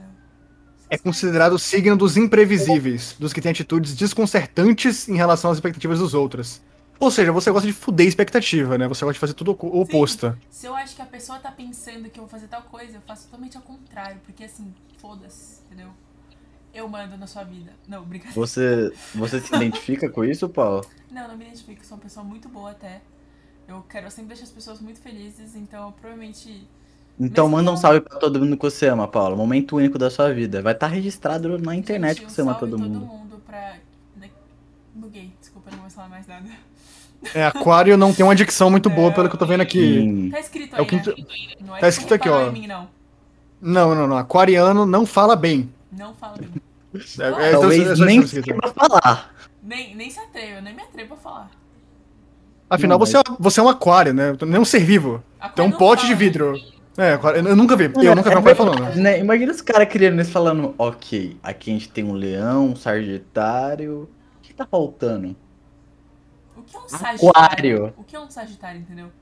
É considerado o signo dos imprevisíveis, dos que têm atitudes desconcertantes em relação às expectativas dos outros. Ou seja, você gosta de fuder expectativa, né? Você gosta de fazer tudo o oposto. Se eu acho que a pessoa tá pensando que eu vou fazer tal coisa, eu faço totalmente ao contrário, porque assim, foda-se, entendeu? Eu mando na sua vida. Não, brincadeira. Você, você se identifica com isso, Paula? Não, não me identifico, sou uma pessoa muito boa até. Eu quero sempre deixar as pessoas muito felizes, então eu provavelmente. Então Mas manda um não. salve pra todo mundo que você ama, Paula. Momento único da sua vida. Vai estar registrado na internet Gente, que um você ama salve todo todo mundo. mundo pra. né, Buguei, desculpa, não vou falar mais nada. É, aquário não tem uma dicção muito boa, pelo que eu tô vendo aqui. Sim. Tá escrito É o aí, né? Não é tá que escrito aqui, reparou ó. em mim, não. Não, não, não. Aquariano não fala bem. Não fala bem. É, é, então, é Talvez só nem isso que eu tô saiba falar. Nem, nem se atreva, nem me atrevo a falar. Afinal, Não, você, é- você é um aquário, né? Não é um ser vivo. Aquário Tem um não pote fala, né? de vidro. É, aquário- eu nunca vi. Eu nunca vi um É aquário falando. Né? Imagina os caras criando isso falando, ok, aqui a gente tem um leão, um sargentário. O que tá faltando? O que é um sagitário? Aquário. O que é um sagitário, entendeu?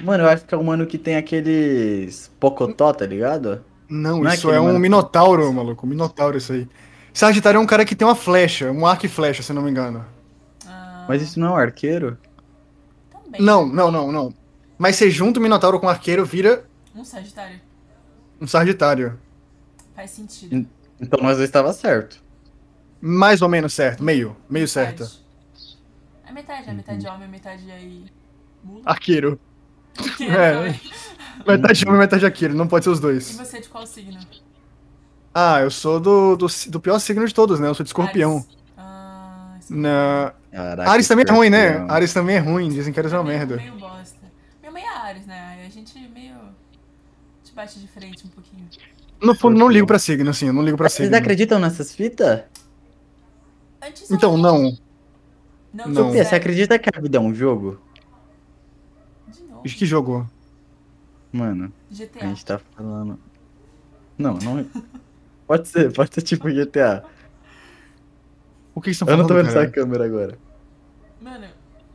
Mano, eu acho que é um mano que tem aqueles pocotó, tá ligado? Não, Não é isso aquele é um mano- minotauro, maluco. Um Minotauro isso aí. Sagitário é um cara que tem uma flecha, um arco e flecha, se eu não me engano. Ah, Mas isso não é um arqueiro? também. Não, não, não, não. Mas você junta o Minotauro com o arqueiro, vira Um sagitário. um Sagitário. Faz sentido. Hum, Então nós dois estava certo. Mais ou menos certo, meio, meio Metade. certo. É metade, é metade homem, metade aí. Mula. [laughs] Arqueiro. Porque- Ah, [laughs] é. Uhum. Metade homem, metade arqueiro, não pode ser os E dois. você de qual signo? Ah, eu sou do, do, do pior signo de todos, né? Eu sou de escorpião. Ares. Ah, escorpião. Na... Caraca, Ares também é ruim, né? perdão. Ares também é ruim, dizem que Ares é uma Meio- merda. Meio bosta. Minha mãe é Ares, né? Aí A gente meio. A gente bate de frente um pouquinho. No fundo, não ligo pra signo, assim, eu não É, ligo pra Vocês signo. acreditam nessas fitas? Antes eu- Então, não. Não, não. sério. Sofia, você acredita que a vida é um jogo? De novo. De que jogo? Mano, a GTA. gente tá falando. Não, não. é. Pode ser, pode ser tipo GTA. O que eles estão Eu não falando, tô vendo cara? essa câmera agora. Mano,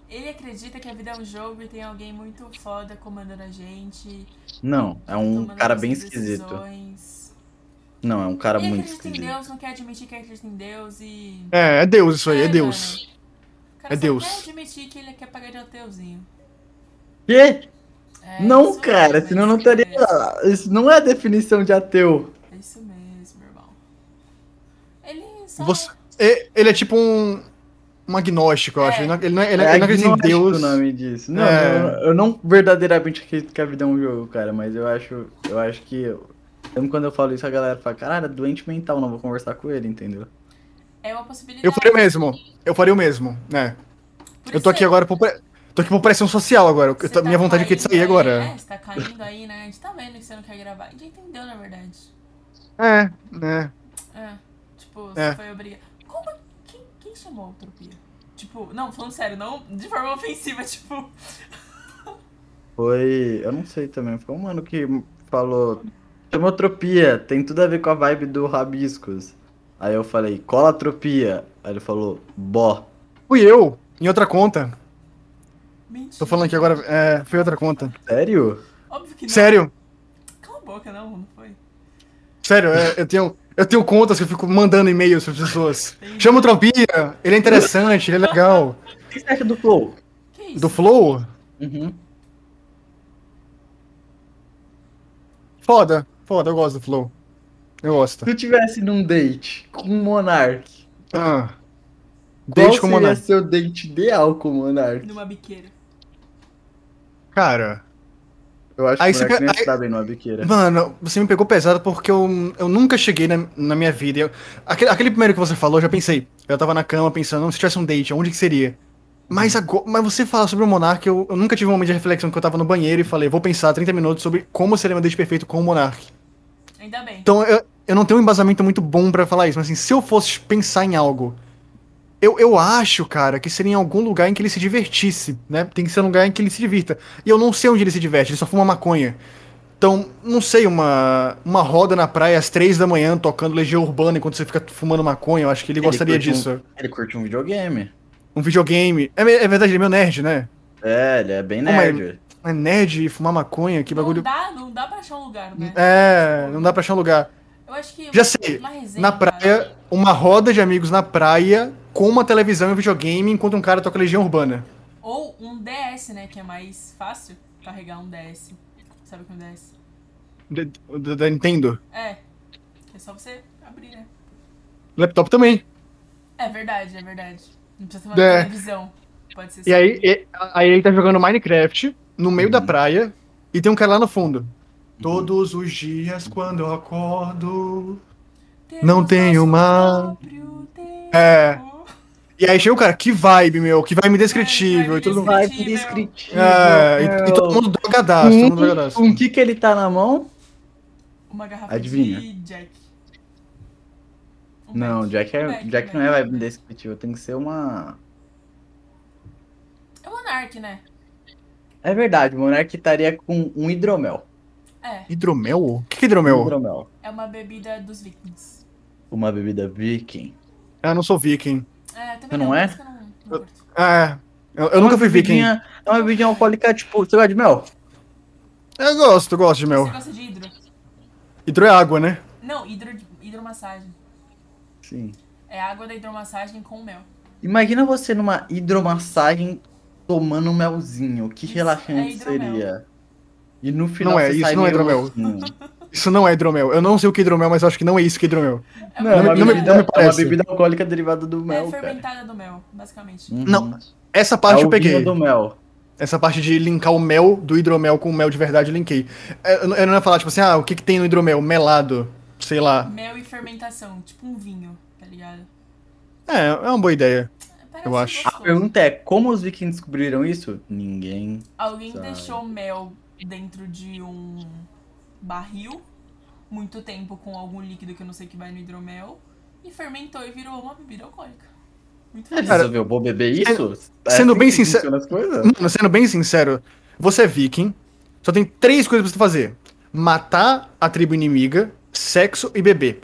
ele acredita que a vida é um jogo e tem alguém muito foda comandando a gente. Não, é um tomando cara nossas bem esquisito. decisões. Não, é um cara Ele muito acredita em esquisito. Deus, não quer admitir que acredita em Deus e. É, é Deus isso aí, é mano. Deus. O cara É só Deus. quer admitir que ele quer pagar de ateuzinho. Quê? É Não, isso cara, mesmo, senão é não isso estaria. mesmo. Isso não é a definição de ateu. É isso mesmo, irmão. Ele só. Você- E- Ele é tipo um, um agnóstico, eu É. acho. Ele não, ele não- ele- ele não acredita em agnóstico Deus. o nome disso. Não, É. eu, eu não verdadeiramente acredito que a vida é um jogo, cara, mas eu acho, eu acho que eu, sempre quando eu falo isso a galera fala, caralho, é doente mental, não vou conversar com ele, entendeu? É uma possibilidade. Eu faria o mesmo. Eu faria o mesmo, né? Por Eu tô isso aqui é- agora por. pre- Tô aqui por pressão social agora. Eu- você tá- tá minha vontade aqui é de sair caindo aí, agora. É, você tá caindo aí, né? A gente tá vendo que você não quer gravar. A gente entendeu, na verdade. É, né? É. Tipo, você É. foi obrigado. Como. Quem, quem chamou a utopia? Tipo, não, falando sério, não de forma ofensiva, [laughs] tipo. Foi, eu não sei também, foi um mano que falou, chemotropia, tem tudo a ver com a vibe do Rabiscos. Aí eu falei, colatropia. Aí ele falou, bó. Fui eu, em outra conta. Mentira. Tô falando aqui agora. É, foi outra conta. Sério? Óbvio que não. Sério, Cala a boca, não, não foi. sério, é, eu tenho. Eu tenho contas que eu fico mandando e-mails para pessoas. Chama o Tropia, ele é interessante, ele é legal. O que você acha do Flow? Que isso? Do Flow, Uhum. foda, foda, eu gosto do Flow. Eu Se gosto. tu tivesse num date com um Monark, Ah. qual Date com seria o Monark. seu date ideal com o Monark? Numa biqueira. Cara, Eu acho Aí que o você Monark quer- nem aí- está bem numa biqueira. mano, você me pegou pesado porque eu, eu nunca cheguei na, na minha vida. Eu- aquele, aquele primeiro que você falou, eu já pensei. Eu tava na cama pensando, se tivesse um date, onde que seria? Mas agora, mas você fala sobre o Monark, eu, eu nunca tive um momento de reflexão que eu tava no banheiro e falei, vou pensar 30 minutos sobre como seria meu date perfeito com o Monark. Ainda bem. Então eu, eu não tenho um embasamento muito bom pra falar isso, mas assim, se eu fosse pensar em algo, eu, eu acho, cara, que seria em algum lugar em que ele se divertisse, né? Tem que ser um lugar em que ele se divirta. E eu não sei onde ele se diverte, ele só fuma maconha. Então, não sei, uma, uma roda na praia às três da manhã tocando Legião Urbana enquanto você fica fumando maconha, eu acho que ele, Ele gostaria curte um- disso. Ele curte um videogame. Um videogame. É, me- é verdade, ele é meio nerd, né? É, ele é bem Como é? nerd. É nerd e fumar maconha, que não bagulho. dá, não dá pra achar um lugar, né? É, não dá pra achar um lugar. Eu acho que Já sei, uma resenha, na praia, uma roda de amigos na praia com uma televisão e um videogame enquanto um cara toca Legião Urbana. Ou um DS, né? Que é mais fácil carregar um DS. Sabe o que é um DS? Da, da- da Nintendo. É. Que é só você abrir, né? Laptop também. É verdade, é verdade. Não precisa ter uma É. televisão. Pode ser E só- aí, e- aí ele tá jogando Minecraft no meio Uhum. da praia e tem um cara lá no fundo. Uhum. Todos os dias quando eu acordo. Temos não tenho nosso mais. próprio tempo. É. E aí chega o cara, que vibe, meu, que É, vibe indescritível. E todo mundo. Vai Vai descritível. descritivo. É, e, e todo mundo drogadaço, todo mundo drogadaço. Com o que que ele tá na mão? Uma garrafa Adivinha? de Jack. Um Não, Mac. Jack, é- Um Mac, Jack um não é Mac. vibe indescritível, tem que ser uma... É o Monark, né? É verdade, o Monark estaria com um hidromel. Um É. Hidromel? O que, que é hidromel? Hidromel. É uma bebida dos vikings. Uma bebida viking. Ah, Eu não sou viking. É, também Não por é? isso que eu não, não curto. Ah, eu, eu nunca fui viking. Bebidinha- É uma bebidinha alcoólica, tipo, você gosta de mel? Eu gosto, gosto de mel. Você gosta de hidro? Hidro é água, né? Não, hidro, hidromassagem. Sim. É água da hidromassagem com mel. Imagina você numa hidromassagem tomando um melzinho. Que Isso é relaxante hidromel. seria. E no final Não é, você isso sai não é meio assim. hidromel. louquinho. Isso não é hidromel. Eu não sei o que é hidromel, mas eu acho que não é isso que é hidromel. É Não, é uma uma não bebida, me- não me é uma parece. bebida alcoólica derivada do mel, é cara. fermentada do mel, basicamente. Uhum. Não, Essa parte é eu o vinho peguei. do mel. Essa parte de linkar o mel do hidromel com o mel de verdade, eu linkei. É, Eu não eu não ia falar, tipo assim, ah, o que, que tem no hidromel? Melado. Sei lá. Mel e fermentação, tipo um vinho, tá ligado? É, é uma boa ideia. Parece eu Essa acho. A gostoso. pergunta é, como os vikings descobriram isso? Ninguém. Alguém Sabe. deixou mel dentro de um barril muito tempo com algum líquido que eu não sei que vai no hidromel e fermentou e virou uma bebida alcoólica. Muito Ele fácil. Cara, resolveu, vou beber isso? É sendo assim bem Hum, que sincero- funciona as coisas? Mano, sendo bem sincero, você é viking, só tem três coisas pra você fazer: matar a tribo inimiga, sexo e beber.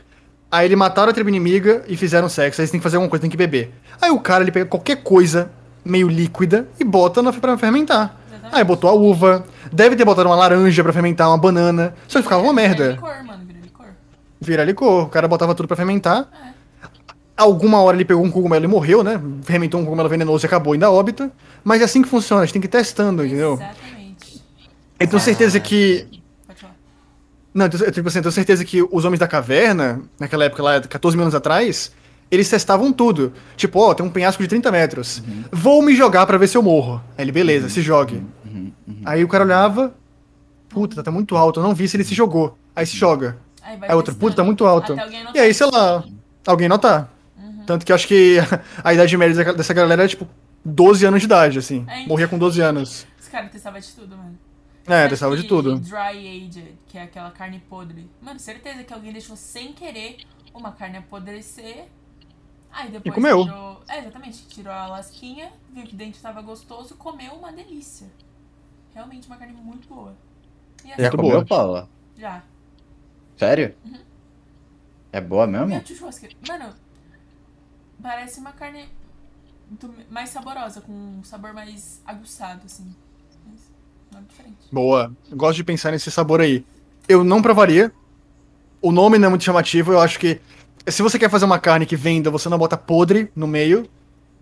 Aí ele mataram a tribo inimiga e fizeram sexo, aí você tem que fazer alguma coisa, tem que beber. Aí o cara ele pega qualquer coisa meio líquida e bota na, pra fermentar. Exatamente. Aí botou a uva, deve ter botado uma laranja pra fermentar, uma banana, só que ficava uma Vira merda. licor, mano, vira licor. Vira licor, o cara botava tudo pra fermentar. É. Alguma hora ele pegou um cogumelo e morreu, né? Fermentou um cogumelo venenoso e acabou ainda óbito. Mas é assim que funciona, a gente tem que ir testando, entendeu? Exatamente. Eu tenho certeza que. Pode falar. Não, eu tenho- eu tenho- assim, eu tenho certeza que os homens da caverna, naquela época lá, 14 mil anos atrás, eles testavam tudo. Tipo, ó, tem um penhasco de 30 metros. Vou me jogar pra ver se eu morro. Aí ele, beleza, se jogue. Uhum, uhum. Aí o cara olhava. Puta, tá muito alto, eu não vi se ele se jogou. Aí Uhum. se joga. Aí vai Aí outro, testando. puta, tá muito alto. Até alguém anotar. E aí, sei lá, alguém notar. Uhum. Tanto que eu acho que a idade média dessa- dessa galera era tipo 12 anos de idade, assim. É, então. Morria com 12 anos. Os caras testavam de tudo, mano. É, testava de tudo. Dry aged, que é aquela carne podre. Mano, certeza que alguém deixou sem querer uma carne apodrecer. Aí depois comeu. tirou. É, exatamente. Tirou a lasquinha, viu que dentro tava gostoso, comeu uma delícia. Realmente uma carne muito boa. E assim, Já Muito comeu, boa. Paula? já. Tá Sério? Uhum. É boa Meu mesmo? tio churrasqueiro. Mano, parece uma carne do- mais saborosa, com um sabor mais aguçado, assim. Mas nada diferente. Boa. Eu Gosto de pensar nesse sabor aí. Eu não provaria. O nome não é muito chamativo. Eu acho que. Se você quer fazer uma carne que venda, você não bota podre no meio.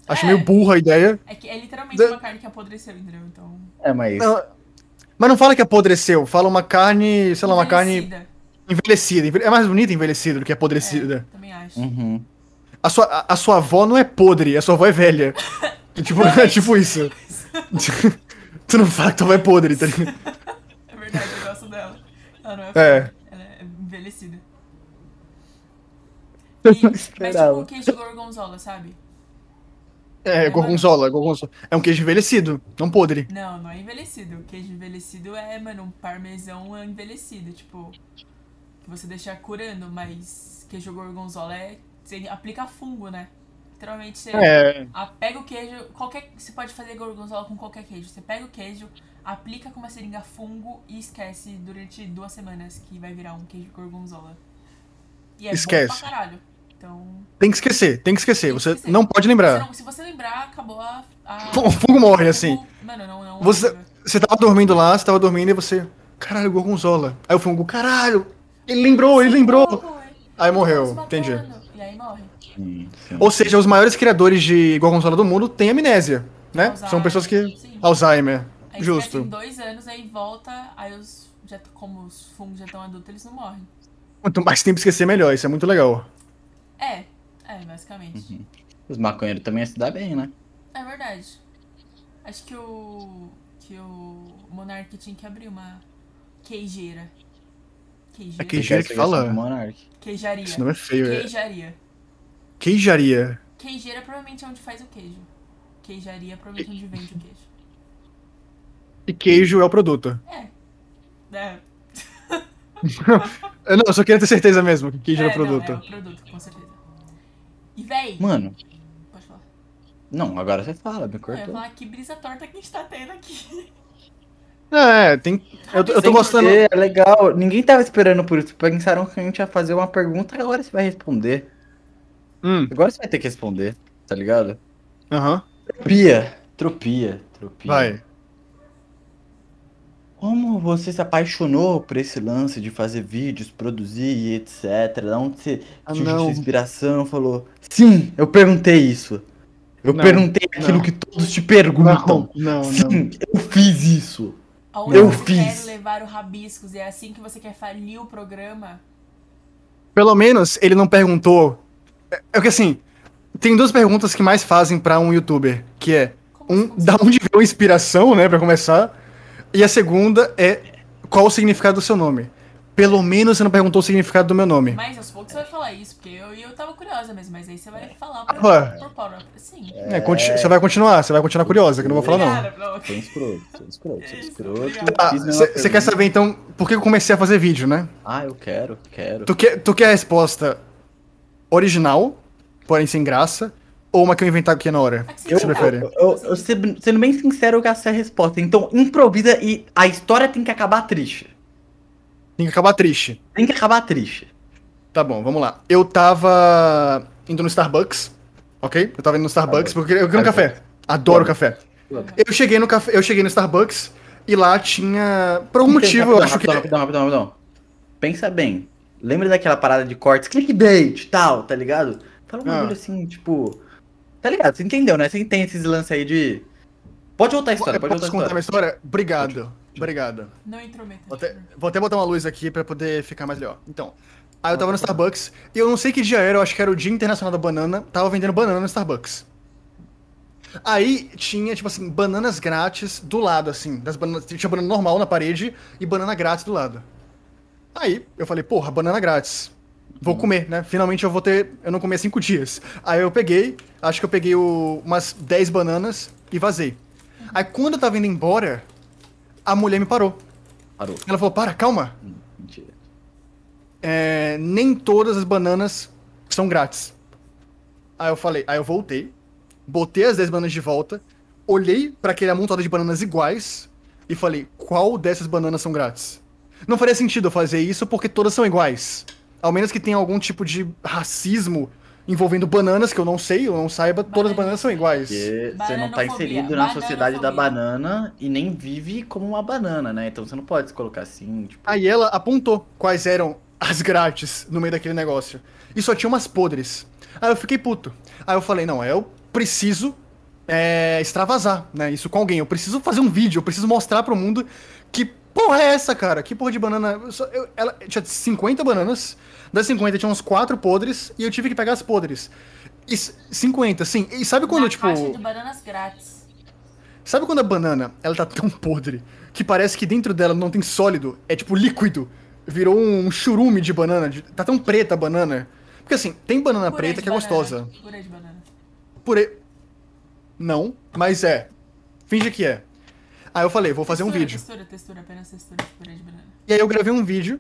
Acho É. meio burra a ideia. É que é literalmente Da- uma carne que apodreceu, entendeu? Então. É, mas. Não, mas não fala que é apodreceu. Fala uma carne, sei lá, uma carne envelhecida. envelhecida. Envelhe- É mais bonita envelhecida do que apodrecida. É, também acho. Uhum. A, sua, a, a sua avó não é podre, a sua avó [laughs] é velha. É tipo, [laughs] é tipo isso. tu não fala que tua avó é podre, [laughs] tá ligado? É verdade, eu gosto dela. Ela não é, É. feia, Ela é envelhecida. E, Eu não mas tipo esperava. o queijo gorgonzola, sabe? É, gorgonzola, gorgonzola. É um queijo envelhecido, não podre. Não, não é envelhecido. O queijo envelhecido é, mano, um parmesão é envelhecido, tipo. Que você deixa curando, mas queijo gorgonzola é. Você aplica fungo, né? Literalmente você É, ah, pega o queijo, qualquer. Você pode fazer gorgonzola com qualquer queijo. Você pega o queijo, aplica com uma seringa fungo e esquece durante duas semanas que vai virar um queijo gorgonzola. E é bom Esquece. pra caralho. Então. Tem que esquecer, tem que esquecer. Tem que Você esquecer. não você pode lembrar. não- se você lembrar, acabou a. a- O fungo morre, assim. Mano, não, não. Você- lembra. Você tava dormindo lá, você tava dormindo e você. Caralho, gorgonzola. Aí o fungo, caralho! Ele lembrou, ele Você lembrou! morre. Aí Você morreu, matou, entendi. mano. E aí morre. Sim, sim. Ou seja, os maiores criadores de gorgonzola do mundo têm amnésia, né? São Alzheimer, pessoas que. sim. É, Alzheimer. Aí Justo. Em dois anos, aí volta, aí os. Já, como os fungos já estão adultos, eles não morrem. Quanto mais tempo esquecer, melhor. Isso é muito legal. É, é, basicamente. Os maconheiros também ia se dar bem, né? É verdade. Acho que o. que o Monark tinha que abrir uma queijeira. Queijeira? É Que jeito que fala. Monark. Queijaria. Esse nome é feio, é. Queijaria. Queijaria. Queijeira provavelmente é onde faz o queijo. Queijaria provavelmente é onde vende o queijo. E queijo é o produto. É. Eu não, eu só queria ter certeza mesmo que queijo é, é, o produto. Não, é o produto, com certeza. E véi. Mano, Pode falar. não, agora você fala, É, Eu me ia cortou. falar que brisa torta que a gente tá tendo aqui. É, tem. Eu, eu tô Sem gostando. querer, É legal, ninguém tava esperando por isso. Pensaram que a gente ia fazer uma pergunta e agora você vai responder. Hum, Agora você vai ter que responder, tá ligado? aham. Tropia, tropia, tropia. Vai. Como você se apaixonou por esse lance de fazer vídeos, produzir e etc? Da onde você Ah, surgiu não. sua inspiração? Falou, sim, eu perguntei isso. Eu Não, perguntei aquilo não. que todos te perguntam. não, Sim, eu fiz isso. Aonde Eu você fiz. quer levar o rabiscos? É assim que você quer falir o programa? Pelo menos ele não perguntou. É, é que assim, tem duas perguntas que mais fazem pra um youtuber, que é Como um, você da onde veio a inspiração, né, Pra começar, e a segunda é qual o significado do seu nome. Pelo menos você não perguntou o significado do meu nome. Mas aos poucos você vai falar isso, porque eu, eu tava curiosa mesmo, mas aí você vai falar pra, Ah. por Paula. Sim. É, conti- Você vai continuar, você vai continuar curiosa, que eu não vou falar não. Obrigada, Blau. Sou um escroto, sou um escroto, sou um É Isso, escroto. obrigado. Ah, Fiz minha Você quer pergunta. saber então por que eu comecei a fazer vídeo, né? Ah, eu quero, quero. Tu quer, tu quer a resposta original, porém sem graça, ou uma que eu inventar aqui na hora? Ah, que O que você você prefere? inventar. Eu, eu, sendo sendo bem sincero, eu gastei a resposta. Então, improvisa e a história tem que acabar triste. Tem que acabar triste. Tem que acabar triste. Tá bom, vamos lá. Eu tava indo no Starbucks, ok? Eu tava indo no Starbucks Starbucks. porque eu quero um café. Adoro café. Eu cheguei no café, eu cheguei no Starbucks e lá tinha por algum motivo, eu acho que rapidão, Rapidão, rapidão, rapidão. Pensa bem. Lembra daquela parada de cortes, clickbait e tal, tá ligado? Fala um Ah. bagulho assim, tipo. Tá ligado? Você entendeu, né? Você tem esses lances aí de. Pode voltar a história, eu pode voltar a posso história. contar minha história? Obrigado. Obrigado. Não intrometa. Vou até, vou até botar uma luz aqui pra poder ficar mais legal. Então, aí eu tava no Starbucks e eu não sei que dia era, eu acho que era o Dia Internacional da Banana, tava vendendo banana no Starbucks. Aí tinha, tipo assim, bananas grátis do lado, assim, das bananas, tinha banana normal na parede e banana grátis do lado. Aí eu falei, porra, banana grátis. Vou comer, né? Finalmente eu vou ter. Eu não comi há cinco dias. Aí eu peguei, acho que eu peguei o- umas 10 bananas e vazei. Aí quando eu tava indo embora, a mulher me parou. Parou. Ela falou, para, calma. Mentira. É, nem todas as bananas são grátis. Aí eu falei, aí eu voltei, botei as 10 bananas de volta, olhei pra aquele amontoado de bananas iguais e falei, qual dessas bananas são grátis? Não faria sentido eu fazer isso porque todas são iguais. Ao menos que tenha algum tipo de racismo envolvendo bananas que eu não sei, eu não saiba, todas as bananas são iguais. Porque você não tá Bananofobia, inserido na sociedade da bananofobia. banana e nem vive como uma banana, né? Então você não pode se colocar assim, tipo. Aí ela apontou quais eram as grátis no meio daquele negócio. E só tinha umas podres. Aí eu fiquei puto. Aí eu falei, não, é, eu preciso é, extravasar, né? Isso com alguém. Eu preciso fazer um vídeo, eu preciso mostrar pro mundo que porra é essa, cara? Que porra de banana. Eu só- eu- ela tinha 50 bananas. Das 50 tinha uns 4 podres e eu tive que pegar as podres. E s- 50, sim. E sabe quando, Na tipo. caixa de bananas grátis. Sabe quando a banana, ela tá tão podre que parece que dentro dela não tem sólido, é tipo líquido. Virou um churume de banana, de- tá tão preta a banana. Porque assim, tem banana Purê preta de que é banana, gostosa. Purê de banana. Purê. Não, mas é. Finge que é. Aí eu falei, vou fazer um Textura, vídeo. Textura, textura, apenas textura de purê de banana. E aí eu gravei um vídeo.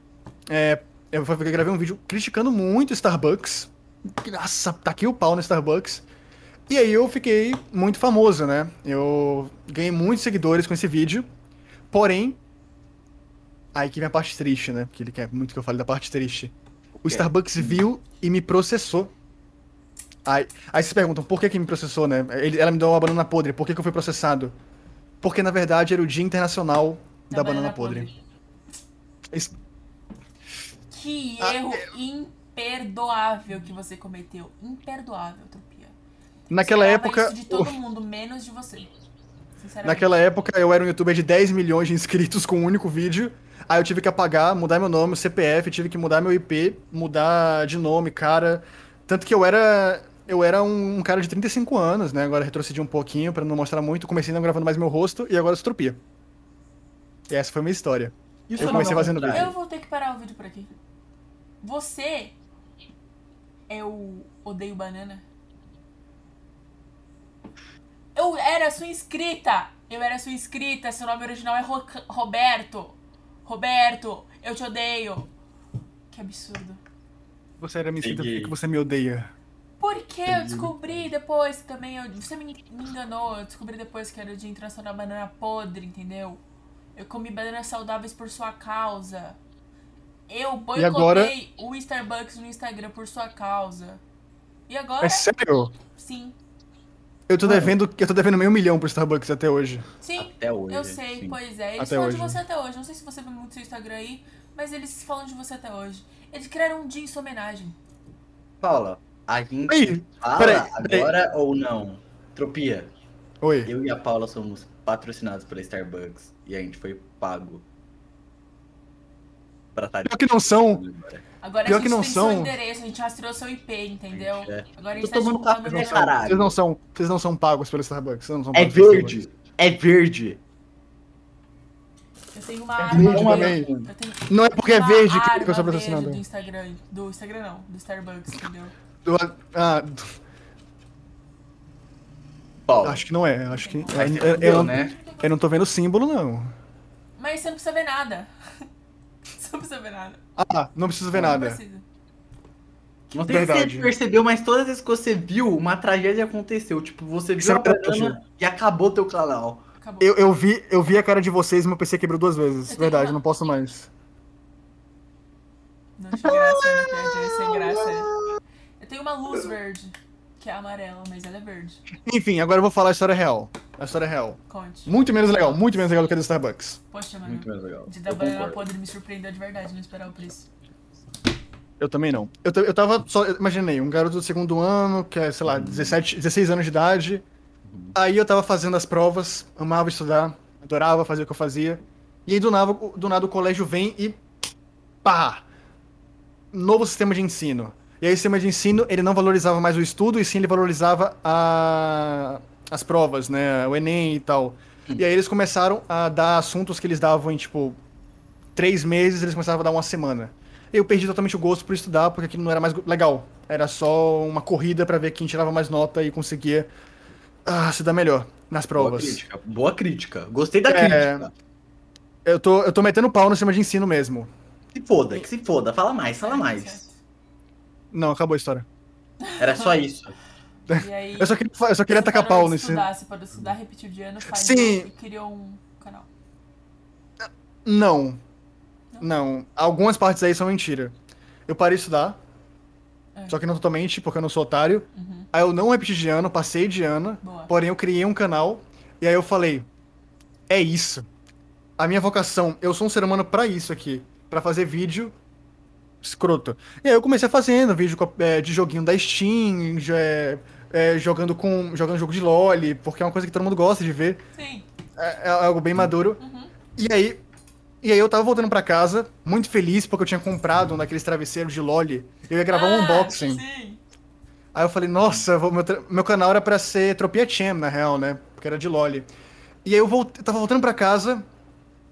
É, eu fa- gravei um vídeo criticando muito Starbucks. Nossa, taquei o pau no Starbucks. E aí eu fiquei muito famoso, né? Eu ganhei muitos seguidores com esse vídeo. Porém. Aí que vem a parte triste, né? Porque ele quer muito que eu fale da parte triste. O Starbucks viu e me processou. Aí, aí vocês perguntam, por que, que me processou, né? Ele- ela me deu uma banana podre, por que, que eu fui processado? Porque na verdade era o Dia Internacional da, banana, podre. É Isso- Que Ah, erro imperdoável que você cometeu. Imperdoável, Tropia. Naquela Esperava época, Isso de todo mundo, menos de você. Sinceramente. naquela época eu era um youtuber de 10 milhões de inscritos com um único vídeo. Aí eu tive que apagar, mudar meu nome, CPF, tive que mudar meu IP, mudar de nome, cara. Tanto que eu era eu era um um cara de 35 anos, né? Agora retrocedi um pouquinho pra não mostrar muito, comecei não gravando mais meu rosto e agora estropia. E essa foi a minha história. E o Eu seu comecei nome ao fazendo contrário? Eu vou ter que parar o vídeo por aqui. Você é o Odeio Banana? Eu era sua inscrita! Eu era sua inscrita, seu nome original é Ro- Roberto! Roberto, eu te odeio! Que absurdo. Você era me inscrito, por que Peguei. que você me odeia? Porque eu descobri depois que também. Eu, você me, me enganou, eu descobri depois que era o dia internacional da banana podre, entendeu? Eu comi bananas saudáveis por sua causa. Eu boicotei agora? o Starbucks no Instagram por sua causa. E agora? É sério? Sim. Eu tô Mano. devendo, eu tô devendo meio milhão pro Starbucks até hoje. Ah, Sim. Até hoje. Eu sei, sim. pois é. Eles Até falam de hoje. né? você até hoje. Não sei se você vê muito seu Instagram aí, mas eles falam de você até hoje. Eles criaram um dia em sua homenagem. Paula, a gente Ei, fala peraí, peraí. agora ou não? Tropia, Oi. eu e a Paula somos patrocinados pela Starbucks e a gente foi pago pra estar Pior que não são. agora. Agora Pior a gente que não tem são. seu endereço, a gente rastreou seu IP, entendeu? É. Agora a gente Tô tá tomando divulgando café, né, o cara. Caralho. Vocês não são, vocês não são pagos pelo Starbucks. Vocês não são É pagos pelo verde, é verde. Eu tenho uma É arma verde. verde, Batman. Eu tenho Não é porque é uma verde que arma eu sou verde patrocinador. do Instagram. Do Instagram não, do Starbucks, entendeu? Do- ah, do- Paulo, acho que não é. Acho que. aí você eu, fudeu, eu- né? eu não tô vendo o símbolo, não. Mas você não precisa ver nada. [laughs] Você não precisa ver nada. Ah, não preciso ver Não nada. precisa. Não Não sei tem se você Verdade. percebeu, mas todas as vezes que você viu, uma tragédia aconteceu. Tipo, você Isso viu é a verdade. banana e acabou teu canal. Acabou. Eu, eu, vi, eu vi a cara de vocês e meu PC quebrou duas vezes. Eu Verdade, tenho- eu não posso mais. Não achei graça, né? Piadinha sem graça. é. Eu tenho uma luz verde, que é amarela, mas ela é verde. Enfim, agora eu vou falar a história real. A história real. Conte. Muito menos legal, muito menos legal do que a do Starbucks. Poxa, mano. Muito mais legal. De Eu dar banana concordo. podre me surpreendeu de verdade, não esperava por isso. Eu também não. Eu, ta- eu tava só. eu Imaginei, um garoto do segundo ano, que é, sei lá, 17, 16 anos de idade. Aí eu tava fazendo as provas, amava estudar, adorava fazer o que eu fazia. E aí do nada, do nada o colégio vem e. pá! Novo sistema de ensino. E aí o sistema de ensino, ele não valorizava mais o estudo, e sim ele valorizava a, as provas, né? O Enem e tal. Hum. E aí eles começaram a dar assuntos que eles davam em, tipo, três meses, eles começavam a dar uma semana. Eu perdi totalmente o gosto por estudar, porque aquilo não era mais go- legal. Era só uma corrida pra ver quem tirava mais nota e conseguia ah, se dar melhor nas Boa provas. crítica. Boa crítica. Gostei da É. crítica. Eu tô, eu tô metendo pau no sistema de ensino mesmo. Se foda, que se foda. Fala mais, fala É, mais. certo. Não, acabou a história. Era só isso. E aí, [laughs] Eu só queria, fa- eu só queria você atacar parou pau de nesse. Estudar, você parou de estudar, repetiu de ano, falhou Sim. e criou um canal. Não. Não. Algumas partes aí são mentira. Eu parei de estudar. É. Só que não totalmente, porque eu não sou otário. Uhum. Aí eu não repeti de ano, passei de ano. Boa. Porém, eu criei um canal e aí eu falei: é isso. A minha vocação, eu sou um ser humano pra isso aqui, Pra fazer vídeo escroto. E aí eu comecei fazendo vídeo co- é, de joguinho da Steam, jo- é, é, jogando com jogando jogo de LoL, porque é uma coisa que todo mundo gosta de ver, Sim. é, é algo bem maduro. Uhum. E aí e aí eu tava voltando pra casa, muito feliz porque eu tinha comprado um daqueles travesseiros de LoL. Eu ia gravar um Ah, unboxing. Sim. Aí eu falei, nossa, eu vou- meu, tra- meu canal era pra ser Tropia Champ, na real, né? Porque era de LOL. E aí eu volt- eu tava voltando pra casa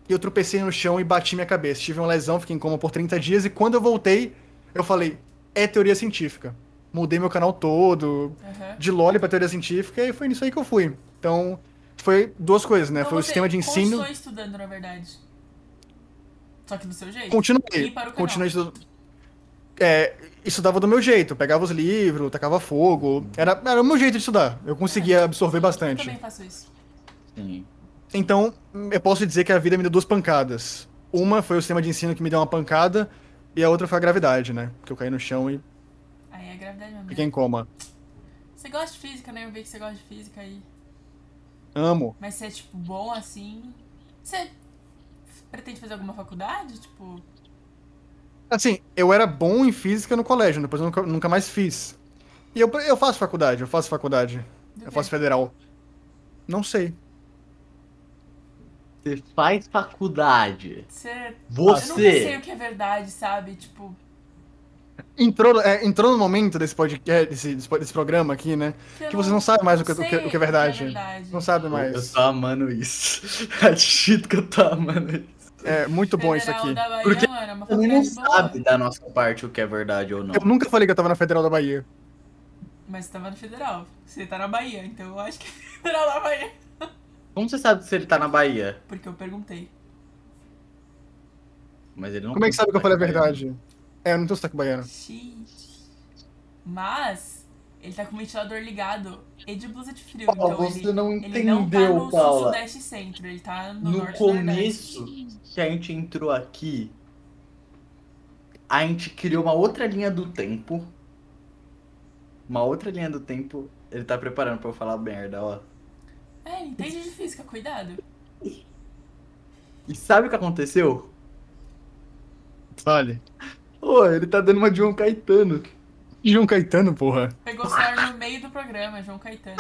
e eu tropecei no chão e bati minha cabeça. Tive uma lesão, fiquei em coma por 30 dias e quando eu voltei, eu falei, é teoria científica. Mudei meu canal todo, Uhum. de LOL pra teoria científica, e foi nisso aí que eu fui. Então, foi duas coisas, né? Então foi o você sistema de ensino. Continuou estudando, na verdade. Só que do seu jeito. E Continuei. tá para o canal. Continuei estudando. É, estudava do meu jeito, pegava os livros, tacava fogo. Era, era o meu jeito de estudar. Eu conseguia absorver Eu bastante. também faço isso. Sim. Então, eu posso dizer que a vida me deu duas pancadas. Uma foi o sistema de ensino que me deu uma pancada, e a outra foi a gravidade, né? Que eu caí no chão e Aí é gravidade mesmo. né? fiquei em coma. Você gosta de física, né? Eu vi que você gosta de física aí. Amo. Mas você é, tipo, bom assim. Você pretende fazer alguma faculdade? Tipo. Assim, eu era bom em física no colégio, depois eu nunca, nunca mais fiz. E eu, eu faço faculdade, eu faço faculdade. do Eu quê? faço federal. Não sei. Você faz faculdade. Você. Eu não sei Você. o que é verdade, sabe? Tipo. Entrou, é, entrou no momento desse podcast, desse, desse, desse programa aqui, né? eu Que você não sabe mais o que, o sei que- o que é verdade. Não sabe mais. Eu tô amando isso. [laughs] Acredito que eu tô amando isso. É muito bom isso Federal aqui. Da Bahia, Porque mano, é uma Você não faculdade boa. sabe da nossa parte o que é verdade ou não. Eu nunca falei que eu tava na Federal da Bahia. Mas você tava no federal. Você tá na Bahia, então eu acho que [laughs] é federal da Bahia. Como você sabe se ele tá na Bahia? Porque eu perguntei. Mas ele não Como é que tem sabe que eu falei a sotaque verdade? É, eu não tenho sotaque baiano. Gente. Mas ele tá com o ventilador ligado e de blusa de frio. então ele, Ah, não ele não tá no sul, sudeste e centro, ele tá no, No norte e começo que a gente entrou aqui, a gente criou uma outra linha do tempo. Uma outra linha do tempo. Ele tá preparando pra eu falar merda, ó. nordeste. É, ele entende de física, cuidado. E sabe o que aconteceu? Fale. Ô, ele tá dando uma de João Caetano. João Caetano, porra. Pegou o celular no meio do programa, João Caetano.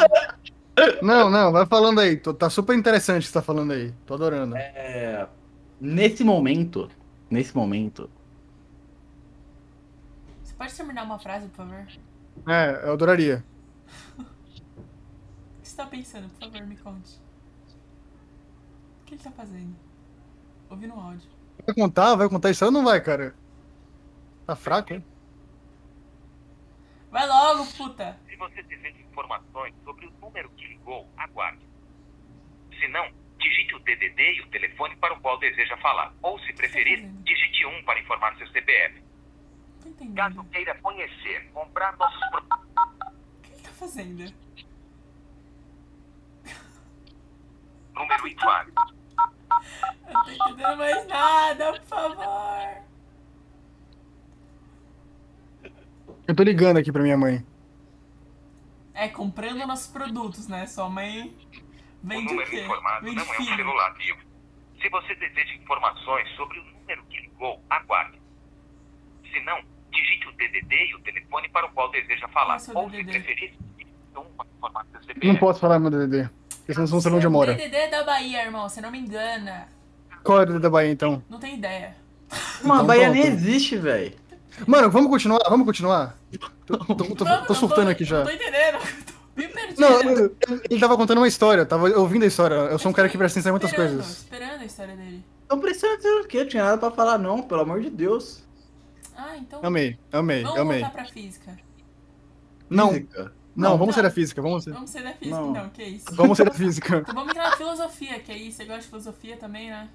Não, não, vai falando aí. Tô- tá super interessante o que você tá falando aí. Tô adorando. É, nesse momento, nesse momento, Você pode terminar uma frase, por favor? O É, eu adoraria. que você tá pensando? Por favor, me conte. O que ele tá fazendo? Ouvi no áudio. Vai contar? Vai contar a história ou não vai, cara? Tá fraco, hein? Vai logo, puta! Se você deseja informações sobre o número que ligou, aguarde. Se não, digite o DDD e o telefone para o qual deseja falar. Ou, se preferir, fazendo? digite 1 para informar seu Tá CPF. Não tô entendendo. Caso O queira conhecer, comprar nossos produtos. que ele tá fazendo? Número inválido. Eu não tô entendendo mais nada, por favor! Eu tô ligando aqui pra minha mãe. É, comprando nossos produtos, né? Sua mãe O vende o número quê? informado Vende não é um filho. celular vivo. Se você deseja informações sobre o número que ligou, aguarde. Se não, digite o DDD e o telefone para o qual deseja Qual falar. é o seu Ou, se DDD? preferir, digite um para informar seu CPF. Não posso falar meu DDD. Porque senão não sei onde eu moro. DDD da Bahia, irmão, você não me engana. Qual é o DDD da Bahia, então? Não tem ideia. Mano, Então a Bahia pronto. nem existe, velho. Mano, vamos continuar? Vamos continuar? Tô, tô- tô- tô Mano, não surtando aqui Não já. tô entendendo. [laughs] Tô me perdendo. Não, eu- ele tava contando uma história, tava ouvindo a história. Eu sou um cara que presta atenção em muitas Esperando, coisas. Esperando a história dele. Não precisa dizer o quê? Eu tinha nada pra falar, não, pelo amor de Deus. Ah, então. Amei, amei, Vamos amei. voltar pra física. Não, Física. não, Não. vamos ser a física, vamos ser, Vamos ser da física, Não. então, que isso. [laughs] vamos ser a física. Então vamos entrar na filosofia, que é isso. Você gosta de filosofia também, né?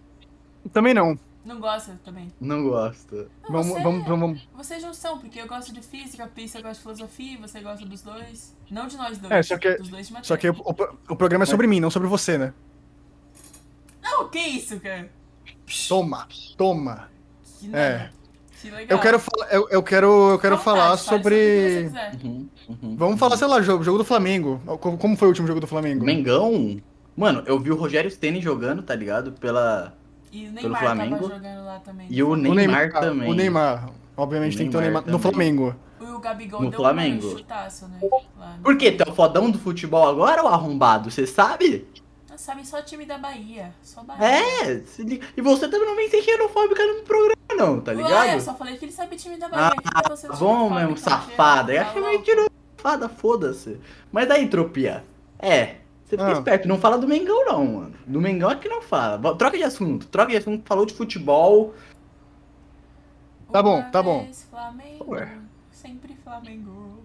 Também não. Não gosta também. Não gosto. Não, Vamos, você- é. vamos, vamos. Vocês não são, porque eu gosto de física, Pisa gosta de filosofia, você gosta dos dois. Não de nós dois. É, só que- Dos dois de matéria. Só que o, o- o programa é sobre mim, não sobre você, né? Não, que isso, cara. Toma, toma. Que nada. Que legal. É. Eu quero, fala- eu, eu quero, eu quero Vontade, falar fale sobre o sobre. que você quiser. Uhum, uhum. Vamos falar, sei lá, jogo, jogo do Flamengo. Co- Como foi o último jogo do Flamengo? Mengão? Mano, eu vi o Rogério Ceni jogando, tá ligado? Pela. E o Neymar Pelo tava Flamengo. jogando lá também. E o Neymar, também. O Neymar. Obviamente O tem que ter o Neymar Neymar no também. Flamengo. E o Gabigol No deu Flamengo. um chutaço, né? Lá. Por que? Tu é o fodão do futebol agora, o arrombado? Você sabe? Não sabe só time da Bahia. Só Bahia. Tá É! se liga. E você também não vem ser xenofóbica no programa, não, tá Ué, eu ligado? é, só falei que ele sabe time da Bahia. Então que que eu tô sendo Tá bom xenofóbica, mesmo, porque- safada. Eu Tá achei louco. é meio xenofada, foda-se. Mas daí, tropia. É. Você fica Ah. esperto, não fala do Mengão, não, mano. Do Mengão é que não fala. Bo- Troca de assunto, troca de assunto. Falou de futebol. Tá bom, Uma tá bom. vez Flamengo, Ué. sempre Flamengo.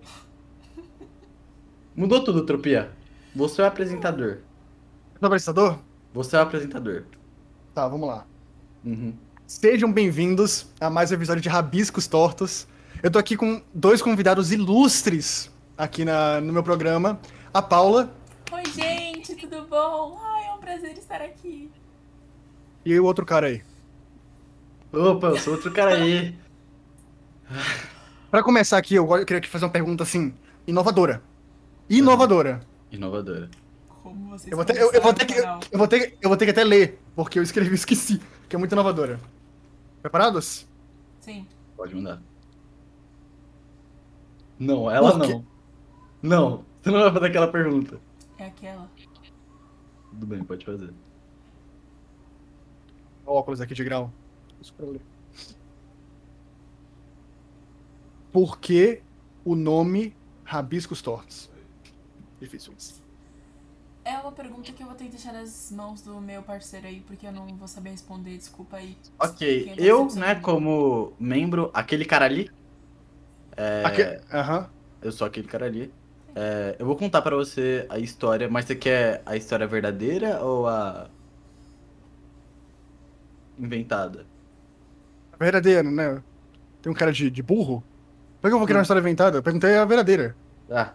Mudou tudo, tropia. Você é o apresentador. Tá apresentador? Você é o apresentador. Tá, vamos lá. Uhum. Sejam bem-vindos a mais um episódio de Rabiscos Tortos. Eu tô aqui com dois convidados ilustres aqui na, no meu programa. A Paula Oi, gente, tudo bom? Ai, é um prazer estar aqui. e o outro cara aí. Opa, eu sou outro cara aí. Pra começar aqui, eu go- eu queria te fazer uma pergunta assim, inovadora. Inovadora. [laughs] Inovadora. Como vocês Eu vou, ter, eu, eu vou ter que, começaram o canal? eu, vou ter, eu vou ter que até ler, porque eu escrevi e esqueci, que é muito inovadora. Preparados? Sim. Pode mandar. Não, ela Por quê? não. Não, você não vai fazer aquela pergunta. É aquela. Tudo bem, pode fazer. Ó, óculos aqui de grau. Isso pra eu ler. Por que o nome Rabiscos Tortos? Difícil isso. É uma pergunta que eu vou ter que deixar nas mãos do meu parceiro aí, porque eu não vou saber responder, desculpa aí. Ok, Quem tá eu, sendo né, como membro, aquele cara ali, É. Aque- Aham. eu sou aquele cara ali. é, eu vou contar pra você a história, mas você quer a história verdadeira ou a inventada? Verdadeira, né? Tem um cara de, de burro? Por que eu vou Hum. criar uma história inventada? Eu perguntei a verdadeira. Ah,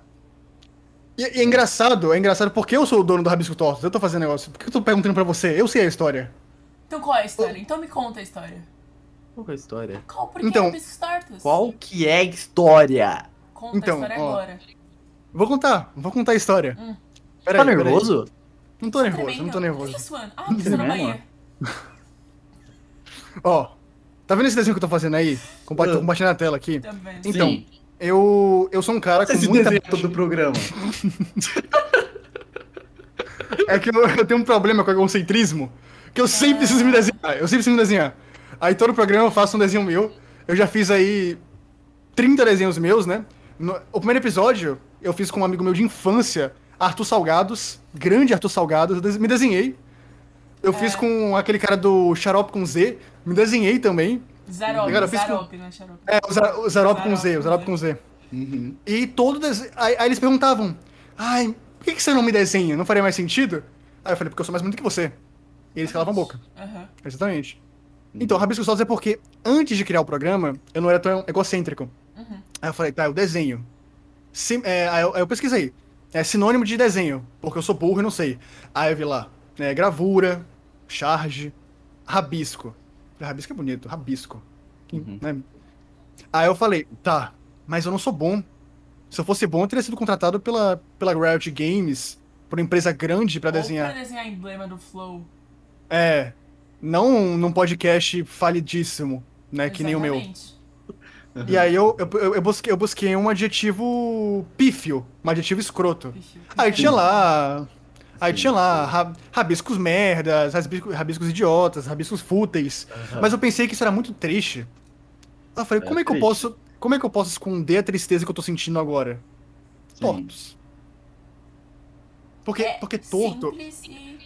E, e é engraçado, é engraçado porque eu sou o dono do Rabisco Tortos. Eu tô fazendo negócio. Por que eu tô perguntando pra você? Eu sei a história. Então qual é a história? Então me conta a história. qual que é a história? Qual? Por que Então, eu fiz Tartus? Qual que é a história? Conta Então, a história ó, agora. Vou contar, vou contar a história. Hum. Peraí, tá peraí. nervoso? Não tô nervoso, Tremendo. não tô Por nervoso. que você tá suando? Ah, porque você é na Tremendo. Bahia. Ó, tá vendo esse desenho que eu tô fazendo aí? Compa- Ah. tô compartilhando a tela aqui. Tá vendo? Então, Sim. Eu, eu sou um cara Esse com muita... desenho todo do programa. É que eu, eu tenho um problema com egocentrismo, que eu sempre preciso me desenhar, eu sempre preciso me desenhar. Aí todo programa eu faço um desenho meu, eu já fiz aí 30 desenhos meus, né? No- o primeiro episódio eu fiz com um amigo meu de infância, Arthur Salgados, grande Arthur Salgados, eu des- me desenhei. Eu fiz com aquele cara do Xarope com Z, me desenhei também. Zarope, Cara, eu fiz com- Zarope, não é Xarope. É, o, Za- o Zarope com Z, o Zarope com Z. Uhum. E todo dese... aí, aí eles perguntavam, ai, por que, que você não me desenha? Não faria mais sentido? Aí eu falei, porque eu sou mais bonito que você. E eles calavam a boca. Aham. Exatamente. Então, Rabisco Solos é porque, antes de criar o programa, eu não era tão egocêntrico. Uhum. Aí eu falei, tá, eu desenho. Sim- é, aí, eu, aí eu pesquisei. É sinônimo de desenho, porque eu sou burro e não sei. Aí eu vi lá, né, gravura, charge, rabisco. Falei, Rabisco é bonito, rabisco. Que- Uhum. né? Aí eu falei, tá, mas eu não sou bom. Se eu fosse bom, eu teria sido contratado pela, pela Riot Games, por uma empresa grande pra Ou desenhar. Pra desenhar emblema do Flow. É. Não num podcast falidíssimo, né? Que nem o meu. Exatamente. E aí eu, eu, eu- eu busquei, eu busquei um adjetivo pífio, um adjetivo escroto. Vixe. Aí Ah, tinha lá. Aí Sim. tinha lá ra- rabiscos merdas, rabisco- rabiscos idiotas, rabiscos fúteis. Mas eu pensei que isso era muito triste. Eu falei, É como é que eu triste. posso. Como é que eu posso esconder a tristeza que eu tô sentindo agora? Tortos. Porque, É porque torto Simples e...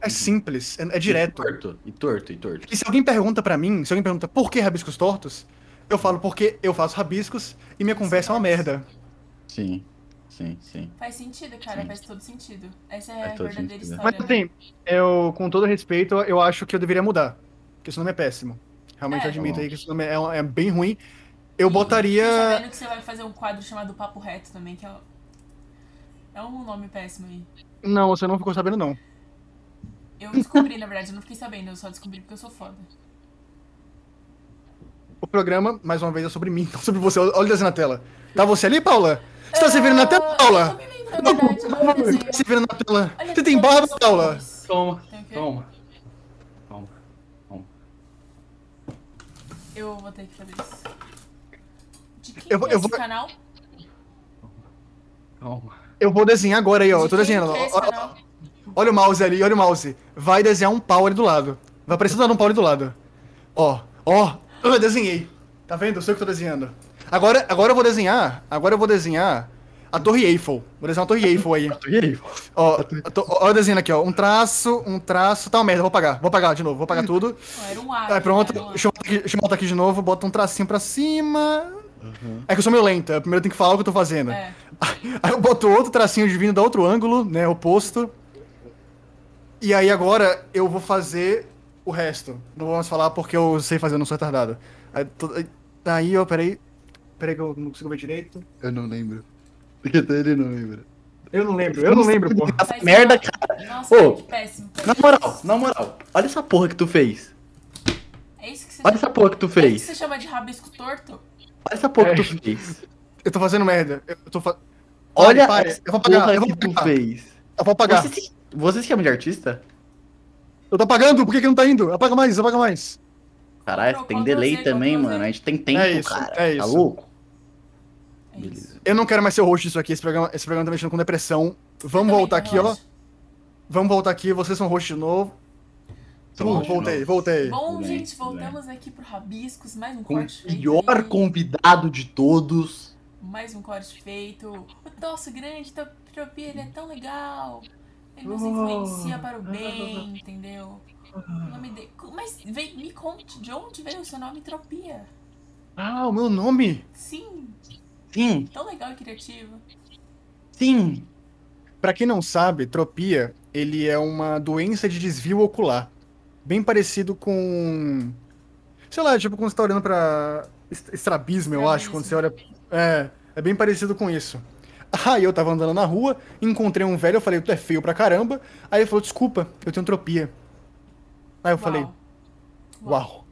é simples, é, é direto. E torto, e torto, e torto. E se alguém pergunta pra mim, se alguém pergunta por que rabiscos tortos, eu falo porque eu faço rabiscos e minha conversa é uma merda. Sim, sim, sim. Faz sentido, cara. Sim. Faz todo sentido. Essa é a Faz todo verdadeira sentido. né? história. Mas assim, eu, com todo respeito, eu acho que eu deveria mudar. Porque esse nome é péssimo. Realmente É. eu admito Tá bom. aí que esse nome é, é bem ruim. Eu E fiquei botaria. sabendo que você vai fazer um quadro chamado Papo Reto também, que é, é um nome péssimo aí. Não, você não ficou sabendo, não. Eu descobri, na verdade, eu não fiquei sabendo, eu só descobri porque eu sou foda. O programa, mais uma vez, é sobre mim, [laughs] não sobre você. Olha o desenho na tela. Tá você ali, Paula? Você tá se vendo na tela, Eu tô Paula? me lembrando, na É, verdade, não Tá se vendo na tela? Olha, Você tem todos barba, os Paula? nomes. Toma, Tem o quê? toma. Toma. Eu vou ter que fazer isso. De quem Eu vou- que é eu esse vou- canal? De Calma. Eu vou desenhar agora aí, ó. Eu tô quem desenhando. que é esse Ó, ó, canal? Olha o mouse ali, olha o mouse. Vai desenhar um pau ali do lado. Vai aparecer dando um pau ali do lado. Ó, ó. Eu desenhei. Tá vendo? Eu sei o que eu tô desenhando. Agora, agora eu vou desenhar. Agora eu vou desenhar a Torre Eiffel. Vou desenhar uma Torre Eiffel [laughs] aí. E aí? Ó, eu tô- ó, eu desenho aqui, ó. Um traço, um traço. Tá uma merda, vou apagar. Vou apagar de novo, vou apagar tudo. Não, era um ar. Aí pronto. era um ar. Deixa eu, botar aqui, deixa eu botar aqui de novo. Bota um tracinho pra cima. É que eu sou meio lenta. Primeiro eu tenho que falar o que eu tô fazendo. É. Aí eu boto outro tracinho de vindo da outro ângulo, né? Oposto. E aí agora eu vou fazer o resto. Não vou mais falar porque eu sei fazer, eu não sou retardado. Aí, tô, aí- aí ó, peraí. Peraí que eu não consigo ver direito. Eu não lembro. Porque ele não lembra. Eu não lembro, eu não lembro, pô. Mas, merda, ó, Nossa, Ô. que péssimo. Na moral, na moral, olha essa porra que tu fez. É isso que você Olha essa porra que tu É isso que fez. você chama de rabisco torto? Olha essa porra que É. tu fez. Eu tô fazendo merda. Eu tô fa... Olha Pare, pare, essa eu vou apagar, porra eu vou que tu apagar. fez. Eu vou apagar. Você se, você se chama de artista? Eu tô apagando, por que, que não tá indo? Apaga mais, apaga mais. Caralho, Ctrl, tem Ctrl, delay Z, também, Ctrl, Z. mano. A gente tem tempo, É isso, cara. é Tá isso. louco? É isso. Eu não quero mais ser o host disso aqui, esse programa, esse programa tá mexendo com depressão. Vamos Também, voltar aqui, ó. relaxa. Vamos voltar aqui, vocês são host de novo. Sou host de voltei, novo. voltei. Bom, Tudo bem, gente, tudo bem. voltamos aqui pro Rabiscos, mais um Com o corte feito. pior aí. convidado de todos. Mais um corte feito. O nosso grande Topia, ele é tão legal. Ele nos Oh. influencia para o bem, entendeu? O nome dele. Mas vem, me conte, de onde veio o seu nome Tropia? Ah, o meu nome? Sim, Sim, tão legal e criativo. sim. Pra quem não sabe, tropia, ele é uma doença de desvio ocular. Bem parecido com. Sei lá, tipo, quando você tá olhando pra. est- Estrabismo, eu acho, quando você olha. É, é bem parecido com isso. [laughs] Aí eu tava andando na rua, encontrei um velho, eu falei, tu é feio pra caramba. Aí ele falou, desculpa, eu tenho tropia. Aí eu falei, Uau. uau.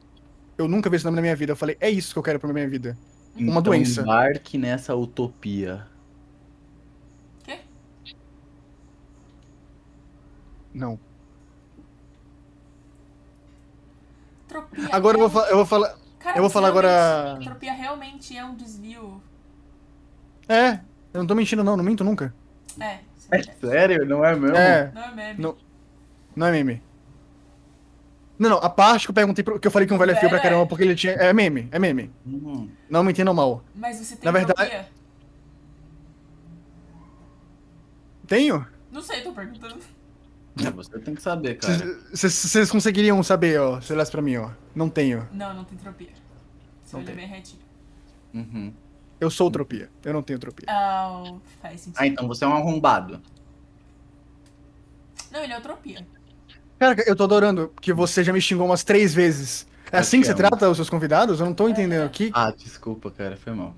Eu nunca vi esse nome na minha vida. Eu falei, é isso que eu quero pra minha vida. Uma Então doença. Embarque nessa utopia. Quê? Não. Tropia. Agora eu vou, fa- eu vou falar. Cara, eu vou você falar agora- realmente- Tropia realmente é um desvio. É, eu não tô mentindo, não, não minto nunca. É, isso é É verdade. sério? Não é mesmo? É, Não é meme. Não, não é meme. Não, não, a parte que eu perguntei, pro- que eu falei que um velho é feio pra Velho é. caramba porque ele tinha. É meme, é meme. Hum. Não me entendam mal. Mas você tem Na verdade- tropia? Tenho? Não sei, tô perguntando. É, Você tem que saber, cara. Vocês conseguiriam saber, ó. Se olhasse pra mim, ó. Não tenho. Não, não tem tropia. Você Não olha tem. bem retinho. Uhum. Eu sou tropia. Eu não tenho tropia. Ah, faz sentido. Ah, então você é um arrombado. Não, ele é utopia. Cara, eu tô adorando que você já me xingou umas três vezes. É Eu assim que te você amo. trata os seus convidados? Eu não tô entendendo aqui. Ah, desculpa, cara, foi mal.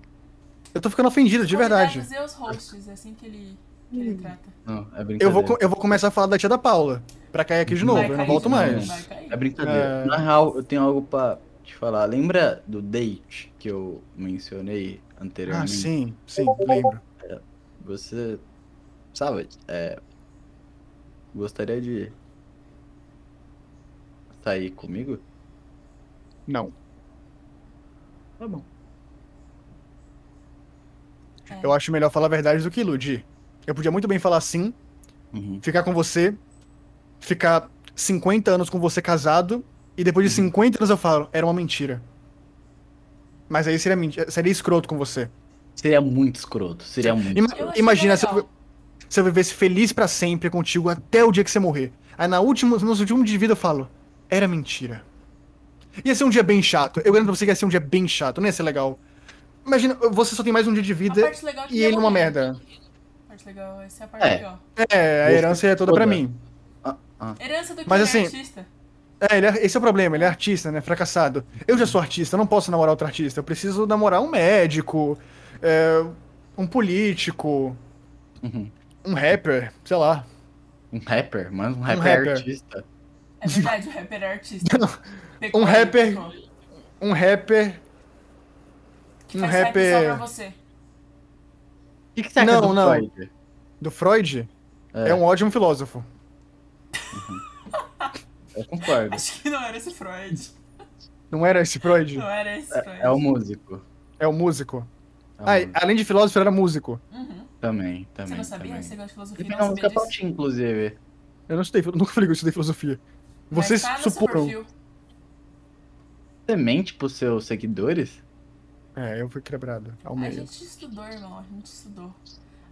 Eu tô ficando ofendido, É de verdade. Convidados e os hosts, é assim que ele, que ele Hum. trata. Não, é brincadeira. Eu vou, co- eu vou começar a falar da tia da Paula. Pra cair aqui de novo, Vai eu não cair, volto vai mais. cair, vai cair. É brincadeira. É. Na real, eu tenho algo pra te falar. Lembra do date que eu mencionei Ah, anteriormente? sim, sim, lembro. Você. Sabe? É. Gostaria de. Sair comigo? Não. Tá bom. É. Eu acho melhor falar a verdade do que iludir. Eu podia muito bem falar sim, Uhum. ficar com você, ficar 50 anos com você casado, e depois Uhum. de 50 anos eu falo, era uma mentira. Mas aí seria, menti- seria escroto com você. Seria muito escroto. Seria muito Ima- Eu escroto. achei Imagina se legal. eu, se eu vivesse feliz pra sempre contigo até o dia que você morrer. Aí na última, no último dia de vida eu falo, era mentira. Ia ser um dia bem chato. Eu garanto pra você que ia ser um dia bem chato, não ia ser legal. Imagina, você só tem mais um dia de A vida parte legal é que e ele é uma mulher. merda. A parte legal, essa é a parte É. legal. É, a Você herança é toda pra foda. mim. Herança do que Mas é assim- artista. É, ele é- esse é o problema, ele é artista, né? Fracassado. Eu já sou artista, eu não posso namorar outro artista. Eu preciso namorar um médico, é, um político, Uhum. um rapper, sei lá. Um rapper, mas um rapper, rapper. artista. É verdade, o rapper é artista. Pecou, [laughs] Um ele rapper- pecou. Um rapper Que um faz rap rapper- só pra você. O que, que você acha Não, do não. Freud? do Freud É, é um ótimo filósofo. Eu concordo. Acho que não era esse Freud. Não era esse Freud? Não era esse Freud. É o músico. É o músico. É o Ah, músico. além de filósofo, ele era músico. um- Uhum. Também, também. Você não sabia? também. Você gosta de filosofia? Ele Não pegou uma sabia música pra disso? ti, inclusive. Eu não estudei, filo- nunca falei que eu estudei filosofia. Vai Vocês tá no seu suporam. perfil. Você mente pros seus seguidores? É, eu fui quebrado ao A meio. gente estudou, irmão. A gente estudou.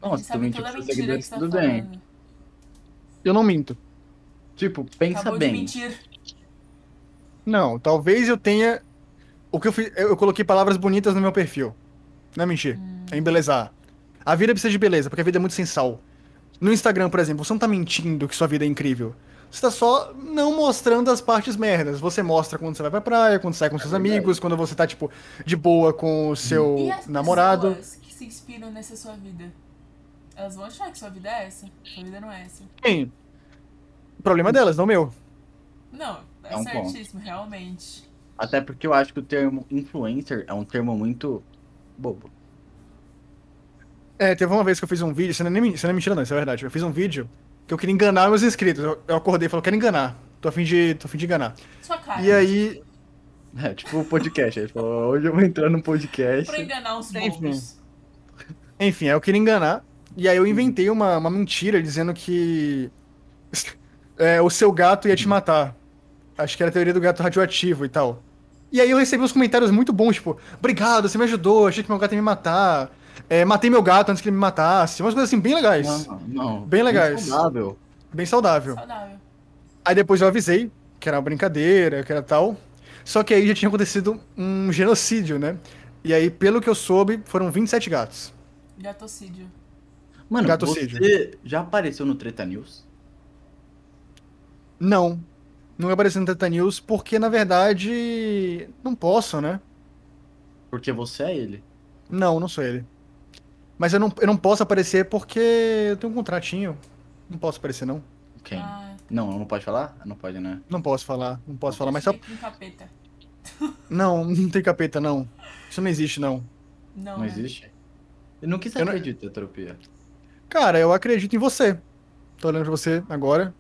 Não, a se gente tu sabe mentir toda a pros seus mentira que seguidores, você tá tudo bem. falando. Eu não minto. Tipo, pensa Acabou de bem. mentir. Não, talvez eu tenha. O que eu fiz. Eu eu coloquei palavras bonitas no meu perfil. Não é mentir. Hum. É embelezar. A vida precisa de beleza, porque a vida é muito sem sal. No Instagram, por exemplo, você não tá mentindo que sua vida é incrível. Você tá só não mostrando as partes merdas. Você mostra quando você vai pra praia, quando sai com seus É verdade. amigos, quando você tá, tipo, de boa com o seu E as namorado. pessoas que se inspiram nessa sua vida? Elas vão achar que sua vida é essa. Sua vida não é essa. Sim. Problema é delas, não meu. Não, é, É um ponto. certíssimo, realmente. Até porque eu acho que o termo influencer é um termo muito bobo. [laughs] É, teve uma vez que eu fiz um vídeo, isso não é, nem, isso não é mentira não, isso é verdade. Eu fiz um vídeo que eu queria enganar meus inscritos. Eu, eu acordei e falei, eu quero enganar. Tô a fim de, tô a fim de enganar. Sua cara. E aí, É, tipo o podcast. Ele falou, hoje eu vou entrar no podcast. Pra enganar os Enfim. bobos. enfim, aí eu queria enganar. E aí eu inventei uma, uma mentira dizendo que [laughs] é, o seu gato ia te matar. Acho que era a teoria do gato radioativo e tal. E aí eu recebi uns comentários muito bons, tipo, obrigado, você me ajudou, achei que meu gato ia me matar. É, matei meu gato antes que ele me matasse. Umas coisas assim bem legais. Não, não. Bem legais. Saudável. Bem saudável. Saudável. Aí depois eu avisei que era uma brincadeira, que era tal. Só que aí já tinha acontecido um genocídio, né? E aí, pelo que eu soube, foram 27 gatos. Gatocídio. Mano, Gatocídio. você já apareceu no Treta News? Não, não apareceu no Teta News, porque na verdade. Não posso, né? Porque você é ele. Não, não sou ele. Mas eu não, eu não posso aparecer porque eu tenho um contratinho. Não posso aparecer, não. Quem? Ah, Não, não pode falar? Não pode, né? Não posso falar, não posso falar, mas só. fiquei Com um capeta. Não, [laughs] não tem capeta, não. Isso não existe, não. Não, Não né? existe? Eu não quis Eu não- acreditar, Tropia. Cara, eu acredito em você. Tô olhando pra você agora.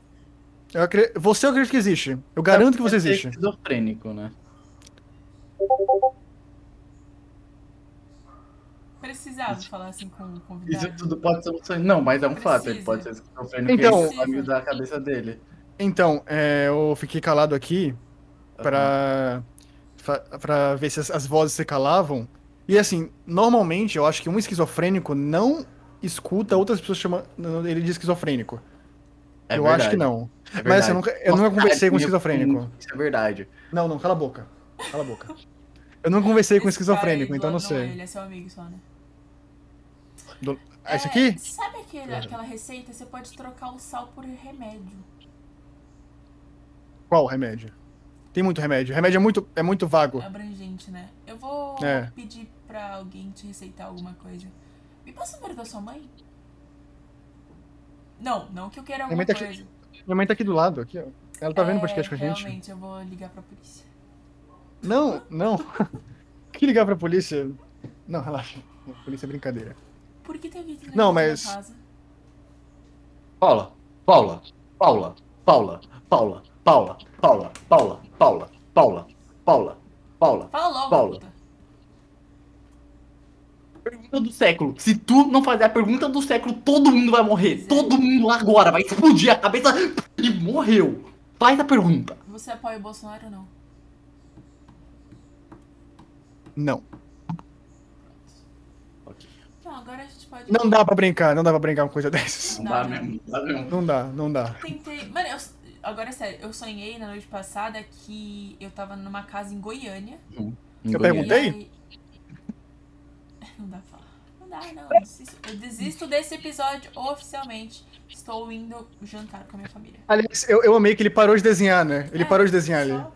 Eu acre... Você eu acredito que existe. Eu garanto que você Deve ser existe. é esquizofrênico, né? Precisava falar assim com o convidado. Isso tudo pode ser um sonho. Não, mas é um fato, ele Precisa. pode ser esquizofrênico Então- então, e vai usar a cabeça dele. Então, é, eu fiquei calado aqui Tá pra, fa- pra ver se as, as vozes se calavam. E assim, normalmente eu acho que um esquizofrênico não escuta outras pessoas chamando ele de esquizofrênico. É eu verdade. acho que não. É Mas verdade. assim, eu nunca, eu nunca Nossa, conversei com um meu esquizofrênico. primo, Isso é verdade. Não, não, cala a boca. Cala a boca. Eu nunca conversei com um Esse cara esquizofrênico, aí então do eu não lado é sei. Ele é seu amigo só, né? Ah, Esse É, aqui? Uhum. Sabe aquele, aquela receita? Você pode trocar o sal por remédio. Qual remédio? Tem muito remédio. Remédio é muito, é muito vago. É abrangente, né? Eu vou É. pedir pra alguém te receitar alguma coisa. Me passa o número da sua mãe? Não, não que eu queira alguma mãe tá aqui- coisa. Minha mãe tá aqui do lado, aqui, ó. Ela tá vendo o É, podcast com a gente. Realmente, eu vou ligar pra polícia. Não, não. [laughs] que ligar pra polícia? Não, relaxa. Polícia é brincadeira. Por que tem alguém que Não, na minha mas- casa? Paula, Paula, Paula, Paula, Paula, Paula, Paula, Paula, Paula, Paula, Paula, Paula. Fala logo, Paula. puta. Pergunta do século. Se tu não fazer a pergunta do século, todo mundo vai é. morrer. Todo mundo lá agora vai explodir a cabeça e morreu. Faz a pergunta. Você apoia o Bolsonaro ou não? Não. Não, agora a gente pode. Não dá pra brincar, não dá pra brincar com coisa dessas. Não dá mesmo, não dá mesmo. Não dá, não dá. Tentei. Mano, eu... agora é sério, eu sonhei na noite passada que eu tava numa casa em Goiânia. Eu e perguntei? aí- [laughs] Não dá pra falar. Não dá, não. Eu desisto, eu desisto desse episódio oficialmente. Estou indo jantar com a minha família. Aliás, eu, eu amei que ele parou de desenhar, né? Ele É, parou de desenhar ali. só-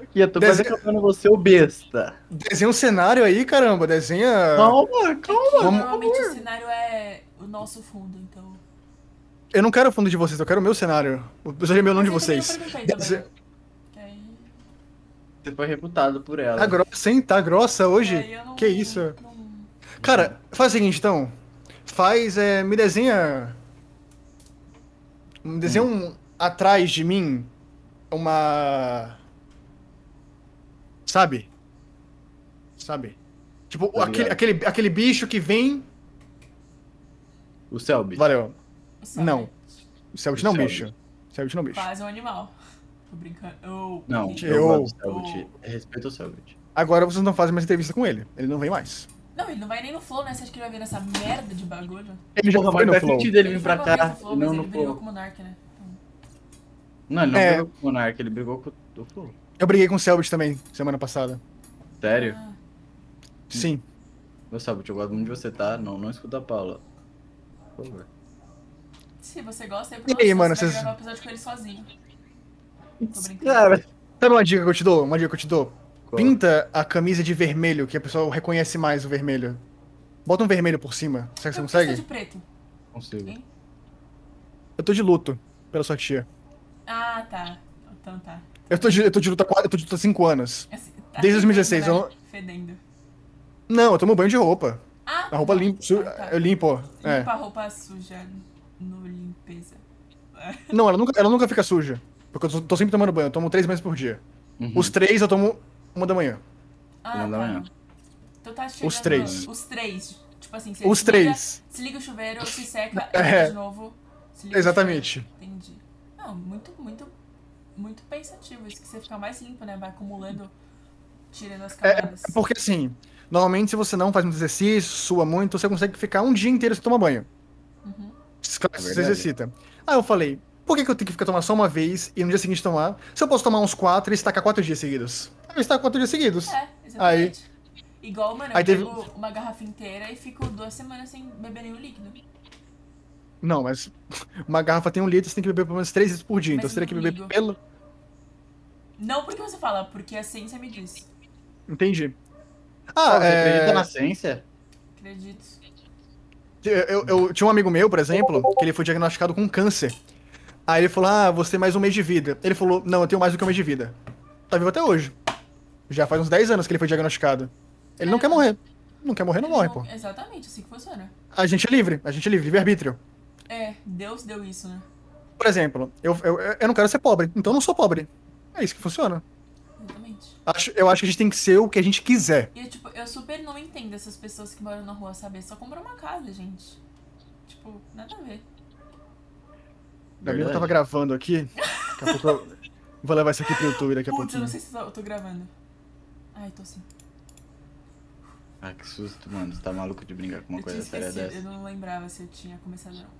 Aqui, eu tô quase Desenho- acabando você, o besta. Desenha um cenário aí, caramba. Desenha. Calma, calma. Vamos- Normalmente o cenário é o nosso fundo, então. Eu não quero o fundo de vocês, eu quero o meu cenário. O episódio é meu, não de Mas eu também vocês. perguntei Desenha- também. Que aí- Você foi reputado por ela. Tá grossa, hein? Tá grossa que hoje? aí É, eu não- Que isso? não- Cara, faz o seguinte então. Faz. é, me desenha. Me desenha um. Atrás de mim. Uma. Sabe? Sabe? Tipo, Tá aquele, ligado. aquele, aquele bicho que vem. O Selby. Valeu. sabe? Não. O Celt não é um Sabe. bicho. O Celt não é um bicho. né? Quase um animal. Tô brincando. Eu- Não, Gente, eu- eu gosto do Selbit. Respeita o Selbit. Agora vocês não fazem mais entrevista com ele. Ele não vem mais. Não, ele não vai nem no flow, né? Você acha que ele vai vir nessa merda de bagulho? Ele já Tipo, foi no faz flow. sentido ele vir foi pra uma vez cá no flow, e mas não ele no brigou com Flow. o Monark, né? Não, ele não É. brigou com o Monark, ele brigou com o Flow. Eu briguei com o Selbit também semana passada. Sério? Ah, Sim. Meu Selbit, eu gosto muito de você, tá? Não, não escuta a Paula. Por favor. se você gosta, eu E aí, prometo que mano, você vai vocês- gravar um episódio com ele sozinho. Tô brincando. Sabe uma dica que eu te dou? Uma dica que eu te dou? Qual? Pinta a camisa de vermelho, que a pessoa reconhece mais o vermelho. Bota um vermelho por cima. Será que você Eu gosto de consegue? preto. Consigo. Eu tô de luto pela sua tia. Ah, tá. Então tá. Eu tô de, eu tô de luto há quatro, eu tô de luto há cinco anos. Assim, tá Desde 2016, fedendo, eu né? Fedendo. Não, eu tomo banho de roupa. Ah, A roupa tá. limpa. su- Ah, tá. Eu limpo. É. Limpa a roupa suja no limpeza. Não, ela nunca, ela nunca fica suja. Porque eu tô, tô sempre tomando banho. Eu tomo três banhos por dia. Os três eu tomo uma da manhã. Ah, Uma da manhã. tá. Então tá chegando... três. Os três. Tipo assim, você Os liga- três. Se liga o chuveiro, se seca, [laughs] É. entra de novo. se liga o Exatamente. chuveiro. Entendi. Não, muito, muito, muito pensativo. Isso que você fica mais limpo, né? Vai acumulando, tirando as É, camadas. porque assim, normalmente se você não faz muito exercício, sua muito, você consegue ficar um dia inteiro sem tomar banho. Uhum. Se claro, É se verdade. exercita. Aí eu falei, por que, que eu tenho que ficar tomando só uma vez e no dia seguinte tomar? Se eu posso tomar uns quatro e estacar quatro dias seguidos? Aí Eu estaco quatro dias seguidos. É, exatamente. Igual, mano, eu Aí teve- pego uma garrafa inteira e fico duas semanas sem beber nenhum líquido. Não, mas [laughs] uma garrafa tem um litro, você tem que beber pelo menos três litros por dia. Mas então você teria que beber comigo. pelo. Não porque você fala, porque a ciência me diz. Entendi. Ah, Ah, você é... acredita na ciência? Acredito. eu, eu tinha um amigo meu, por exemplo, que ele foi diagnosticado com câncer. Aí ele falou: Ah, você tem mais um mês de vida. Ele falou: Não, eu tenho mais do que um mês de vida. Tá vivo até hoje. Já faz uns 10 anos que ele foi diagnosticado. Ele não É. quer morrer. Não quer morrer, não Ele morre, pô. Exatamente, assim que funciona. A gente é livre, a gente é livre, livre-arbítrio. É, Deus deu isso, né? Por exemplo, eu, eu, eu não quero ser pobre, então eu não sou pobre. É isso que funciona. Exatamente. Acho, eu acho que a gente tem que ser o que a gente quiser. E eu, tipo, eu super não entendo essas pessoas que moram na rua, sabe? É Só compram uma casa, gente. Tipo, nada a ver. A minha É Verdade. tava gravando aqui. Daqui a pouco eu vou levar isso aqui pro YouTube daqui a Putz, eu pouquinho. não sei se eu tô- eu tô gravando. Ai, tô sim. Ah, que susto, mano. Você tá maluco de brincar com uma eu tinha coisa séria esquecido, eu dessa. não lembrava se eu tinha começado ou não.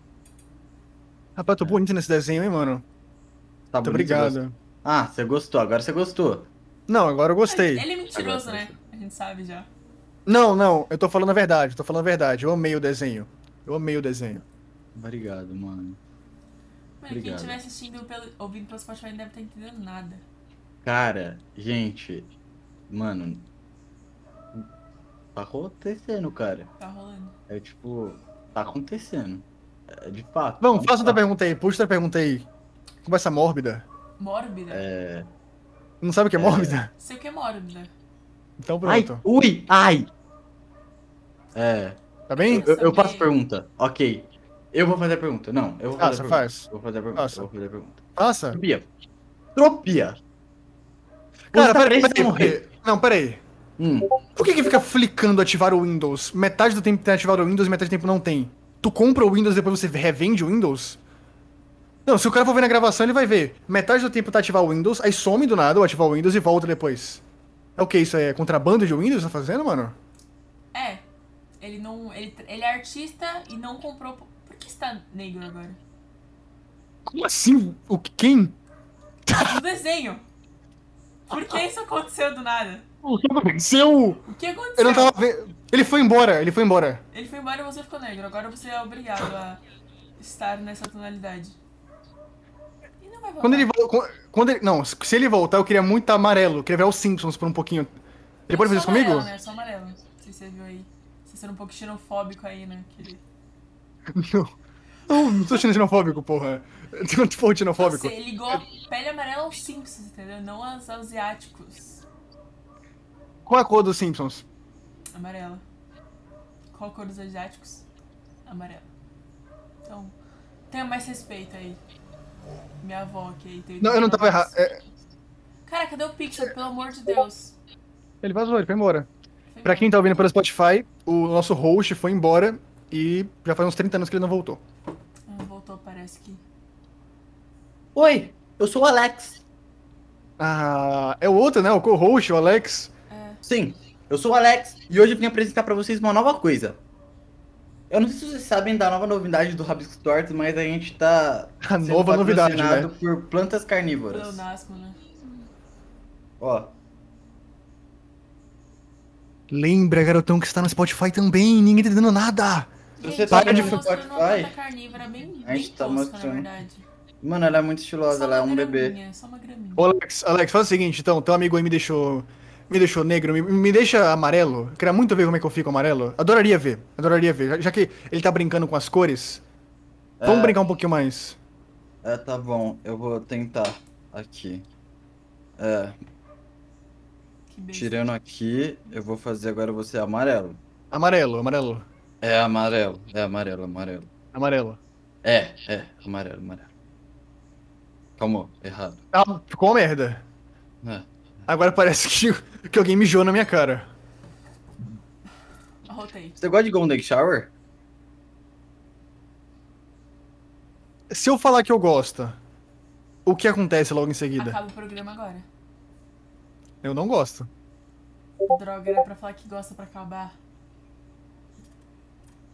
Rapaz, eu tô bonito nesse desenho, hein, mano. Tá Muito bonito, você gostou. obrigado. Ah, você gostou, agora você gostou. Não, agora eu gostei. Ele é mentiroso, Agora né? A gente sabe já. Não, não, eu tô falando a verdade, eu tô falando a verdade. Eu amei o desenho. Eu amei o desenho. Obrigado, mano. Mano, quem Obrigado. estiver assistindo, pelo, ouvindo pelo Spotify, não deve estar entendendo nada. Cara, gente, mano. Tá acontecendo, cara. Tá rolando. É tipo, tá acontecendo. É de fato. Vamos, tá faça outra pergunta aí, puxa outra pergunta aí. Conversa mórbida. Mórbida. É. Não sabe o que é, mórbida? Sei o que é mórbida. Então Ai, pronto. ui, ai! É. Tá bem? Eu, eu faço pergunta, ok. Eu vou fazer a pergunta. Não, eu vou fazer Faça, a pergunta. faz. Vou fazer a pergunta. Faça. Vou fazer a pergunta. Faça. Tropia. Tropia. Cara, tá peraí, prestes a peraí, morrer. peraí. Não, peraí. Hum, Por que que fica flicando ativar o Windows? Metade do tempo tem ativado o Windows e metade do tempo não tem. Tu compra o Windows e depois você revende o Windows? Não, se o cara for ver na gravação, ele vai ver. Metade do tempo tá ativar o Windows, aí some do nada, ou ativar o Windows e volta depois. É o que isso aí? É contrabando de Windows que tá fazendo, mano? É. Ele não. Ele, ele é artista e não comprou. Por que está negro agora? Como assim? O que- quem? No desenho. Por que isso aconteceu do nada? O que aconteceu? O que aconteceu? Eu não tava vendo. Ele foi embora, ele foi embora. Ele foi embora e você ficou negro. Agora você é obrigado a estar nessa tonalidade. E não vai voltar. Quando ele volta. Quando ele, não, se ele voltar, eu queria muito tá amarelo. Eu queria ver os Simpsons por um pouquinho. Ele pode fazer Não, É isso só comigo? Amarelo, né? Só amarelo. Não sei se você viu aí. Você sendo um pouco xenofóbico aí, né? querido? [laughs] Não, não tô sendo xenofóbico, porra. [laughs] Eu não tô xenofóbico. Você ligou a pele amarela aos Simpsons, entendeu? Não aos asiáticos. Qual é a cor dos Simpsons? Amarela. Qual a cor dos asiáticos? Amarela. Então, tenha mais respeito aí. Minha avó que aí teve. Não, eu não tava errado. É, Cara, cadê o Pixel? Pelo amor de Deus. ele vazou, ele foi embora. Foi Pra mal. quem tá ouvindo pelo Spotify, o nosso host foi embora e já faz uns 30 anos que ele não voltou. Ah, voltou, parece que. Oi, eu sou o Alex. Ah, é o outro, né? O co-host, o Alex. Sim, eu sou o Alex e hoje eu vim apresentar pra vocês uma nova coisa. Eu não sei se vocês sabem da nova novidade do Rabisco Tortos, mas a gente tá A nova novidade, né? patrocinado por plantas carnívoras. Pleonasmo, né? Ó, Lembra, garotão, que está no Spotify também. Ninguém tá entendendo nada. Você Gente, tá eu de tô mostrando uma Spotify? planta carnívora bem, A gente bem tá tosca, mostrando. na verdade. mano, ela é muito estilosa, Só ela é uma um bebê. graminha, Só uma graminha. Ô, Alex, Alex, faz o seguinte, então. Teu amigo aí me deixou... Me deixou negro, me, me deixa amarelo. Eu queria muito ver como é que eu fico amarelo. Adoraria ver, adoraria ver. Já, já que ele tá brincando com as cores, vamos brincar um pouquinho mais. É, tá bom, eu vou tentar aqui. É, Que beijo. tirando aqui, eu vou fazer agora você amarelo. Amarelo, amarelo, É amarelo, é amarelo, amarelo. amarelo. É, é, amarelo, amarelo. Calma, errado. Ah, ficou uma merda. É. Agora parece que, que alguém mijou na minha cara. Arrotei. Você gosta de Golden Shower? Se eu falar que eu gosto, o que acontece logo em seguida? Acaba o programa agora. Eu não gosto. Droga, era pra falar que gosta pra acabar.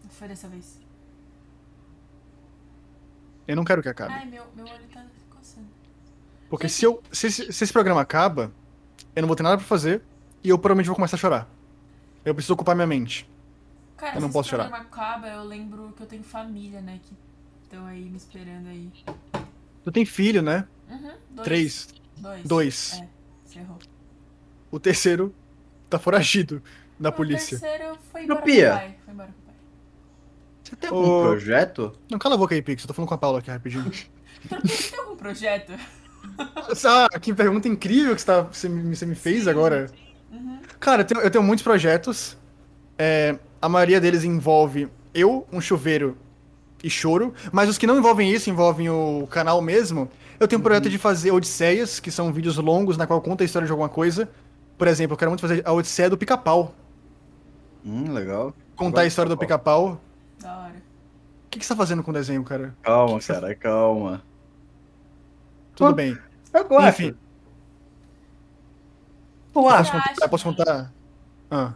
Não foi dessa vez. Eu não quero que acabe. Ai, meu, meu olho tá coçando. Porque se, eu, se, esse- se esse programa acaba, eu não vou ter nada pra fazer e eu provavelmente vou começar a chorar. Eu preciso ocupar minha mente. Cara, Eu não se posso esse chorar. programa acaba, eu lembro que eu tenho família, né? Que estão aí me esperando aí. Tu tem filho, né? Uhum, dois. Três. Dois. Dois. É, você errou. O terceiro tá foragido da É O polícia. terceiro foi embora Tropia. com o pai. Foi embora com o pai. Você tem algum Ô. projeto? Não, cala a boca aí, Pix. Eu tô falando com a Paula aqui rapidinho. Tropia, você tem algum projeto? ah, que pergunta incrível que você, tá- você me, você me fez agora. Uhum. Cara, eu tenho, eu tenho muitos projetos. É, a maioria deles envolve eu, um chuveiro e choro. Mas os que não envolvem isso, envolvem o canal mesmo. Eu tenho um Uhum. projeto de fazer odisseias, que são vídeos longos na qual conta a história de alguma coisa. Por exemplo, eu quero muito fazer a odisseia do pica-pau. Hum, legal. Contar a história do pica-pau. Da hora. O que, que você tá fazendo com o desenho, cara? Calma, cara, calma. Tudo Ah, bem. Eu gosto. Enfim. eu Posso acho. contar? acha, Posso mano? contar? Ah.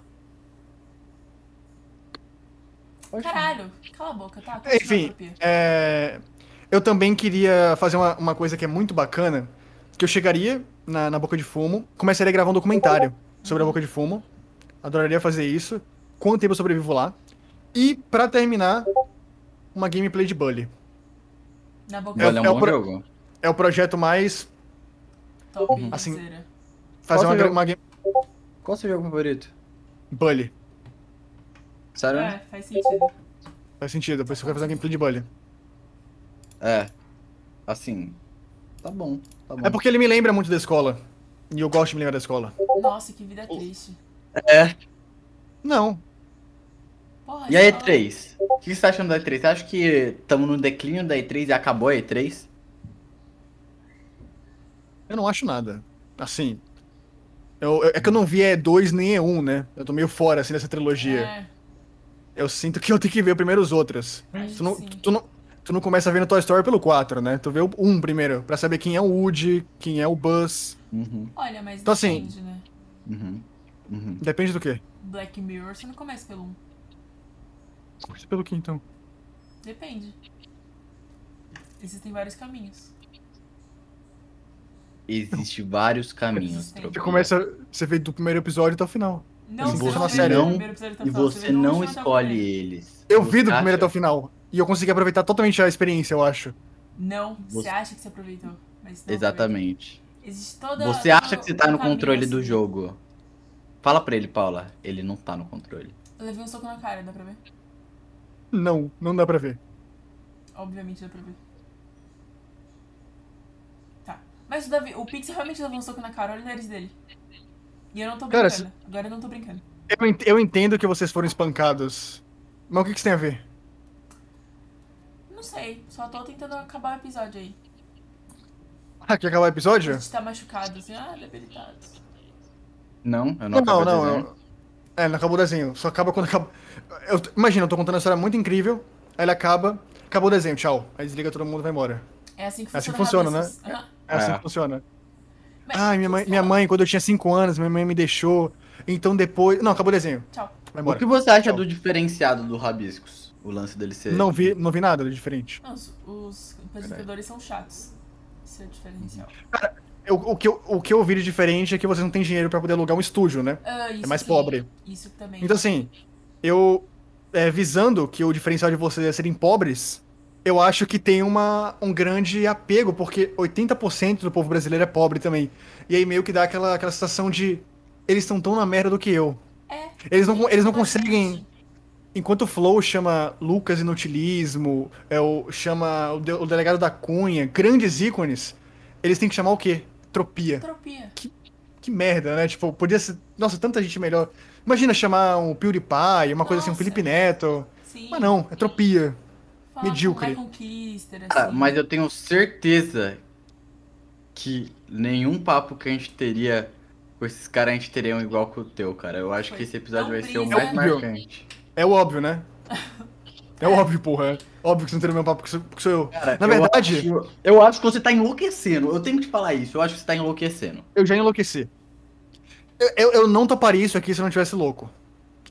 Caralho, cala a boca, tá? Continua, Enfim, Tropia. é, Eu também queria fazer uma, uma coisa que é muito bacana, que eu chegaria na, na Boca de Fumo, começaria a gravar um documentário sobre a Boca de Fumo. Adoraria fazer isso. Quanto tempo eu sobrevivo lá. E, pra terminar, uma gameplay de Bully. Na boca Olha, é um é o bom pro- jogo. É o projeto mais... top, Uhum. Assim- terceira. Fazer Qual uma, que é o- uma game... Qual é o seu jogo favorito? Bully. Sério? né? É, faz sentido. Faz sentido, depois você vai fazer uma gameplay de Bully. É. Assim. Tá bom, tá bom. É porque ele me lembra muito da escola. E eu gosto de me lembrar da escola. Nossa, que vida triste. Não. Porra, E a escola- E3? O que você tá achando da E3? Você acha que estamos no declínio da E3 e acabou a E3? Eu não acho nada. Assim. eu- eu- é que eu não vi E2 nem E1, né? Eu tô meio fora, assim, dessa trilogia. É, Eu sinto que eu tenho que ver primeiro os outros. acho Tu não, que sim. tu, não, tu não começa vendo Toy Story pelo 4, né? Tu vê o 1 primeiro, pra saber quem é o Woody, quem é o Buzz. Uhum, Olha, mas Então, assim- depende, né? uhum, uhum. Depende do quê? Black Mirror, você não começa pelo 1. Começa Pelo que, então? Depende. Existem vários caminhos. Existem vários caminhos. Existem. Você Tropia. começa, você vê do primeiro episódio até o final. Não, E você você não não- vê não- o primeiro episódio até o um E final, você tá você vê do não último até o escolhe primeiro. eles. Eu Você vi do primeiro acha- até o final. E eu consegui aproveitar totalmente a experiência, eu acho. Não, você, Você- acha que você aproveitou. Mas não Exatamente. aproveitou. Existe toda, Você todo acha que você tá um no caminho, controle do assim. jogo. Fala pra ele, Paula. Ele não tá no controle. Eu levei um soco na cara, dá pra ver? Não, não dá pra ver. Obviamente dá pra ver. Tá. Mas o Davi, o Pix realmente levou um soco na cara, olha o nariz dele. E eu não tô Cara, brincando. Agora eu não tô brincando. Eu, ent- eu entendo que vocês foram espancados. Mas o que, que isso tem a ver? Não sei, só tô tentando acabar o episódio aí. Ah, quer acabar o A episódio? gente tá machucado, assim, ah, debilitado. Não, eu não tá Não, não, acabei não. dizendo. É, não acabou o desenho. Só acaba quando acaba. Eu, imagina, eu tô contando uma história muito incrível. Aí ele acaba, acabou o desenho, tchau. Aí desliga todo mundo e vai embora. É assim que É assim que funciona. funciona, Rabiscos. Aham. É assim É. que funciona. Mas Ai, minha mãe, funciona. minha mãe, quando eu tinha 5 anos, minha mãe me deixou. Então depois. Não, acabou o desenho. Tchau. O Vai embora. que você acha Tchau. do diferenciado do Rabiscos? O lance dele ser. Não vi, não vi nada de diferente. Não, os, os apresentadores são chatos. Isso é o diferencial. Uhum. Eu- o, que eu, o que eu vi de diferente é que vocês não têm dinheiro pra poder alugar um estúdio, né? Ah, isso É mais sim. pobre. Isso também. Então assim, eu. é, visando que o diferencial de vocês é serem pobres, eu acho que tem uma, um grande apego, porque 80% do povo brasileiro é pobre também. E aí meio que dá aquela, aquela sensação de. Eles estão tão na merda do que eu. É. Eles não, eles Exatamente. não conseguem. Enquanto o Flow chama Lucas Inutilismo, é o, chama o, de- o delegado da Cunha, grandes ícones, eles têm que chamar o quê? Tropia. Entropia. Que merda, né? Tipo, podia ser. Nossa, tanta gente melhor. Imagina chamar um PewDiePie, uma coisa assim, um Nossa. Felipe Neto. Sim. Mas não, é tropia. Fala com medíocre. Michael Kister, assim. Cara, mas eu tenho certeza que nenhum papo que a gente teria com esses caras a gente teria um igual que o teu, cara. Eu acho Foi que esse episódio tão vai ser o brisa. né? mais É óbvio. marcante. É o [laughs] óbvio, né? É o óbvio, porra. É óbvio que você não tem o mesmo papo que sou, que sou eu. Cara, Na eu verdade- acho- eu acho que você tá enlouquecendo. Eu tenho que te falar isso. Eu acho que você tá enlouquecendo. Eu já enlouqueci. Eu, eu, eu não toparia isso aqui se eu não tivesse louco.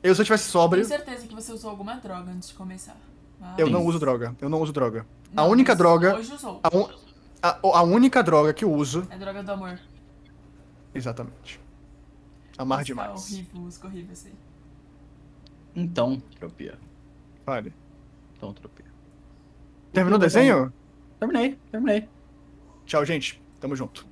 Eu, se eu tivesse sóbrio, Tenho certeza que você usou alguma droga antes de começar. Mas- eu não uso droga. Eu não uso droga. Não, a única mas droga- Hoje usou. A, un- a- a única droga que eu uso. É a droga do amor. Exatamente. Amar Isso tá demais. horrível, música horrível, assim. Então, tropia. Vale. Então, tropia. Terminou o desenho? Terminei, terminei. Tchau, gente. Tamo junto.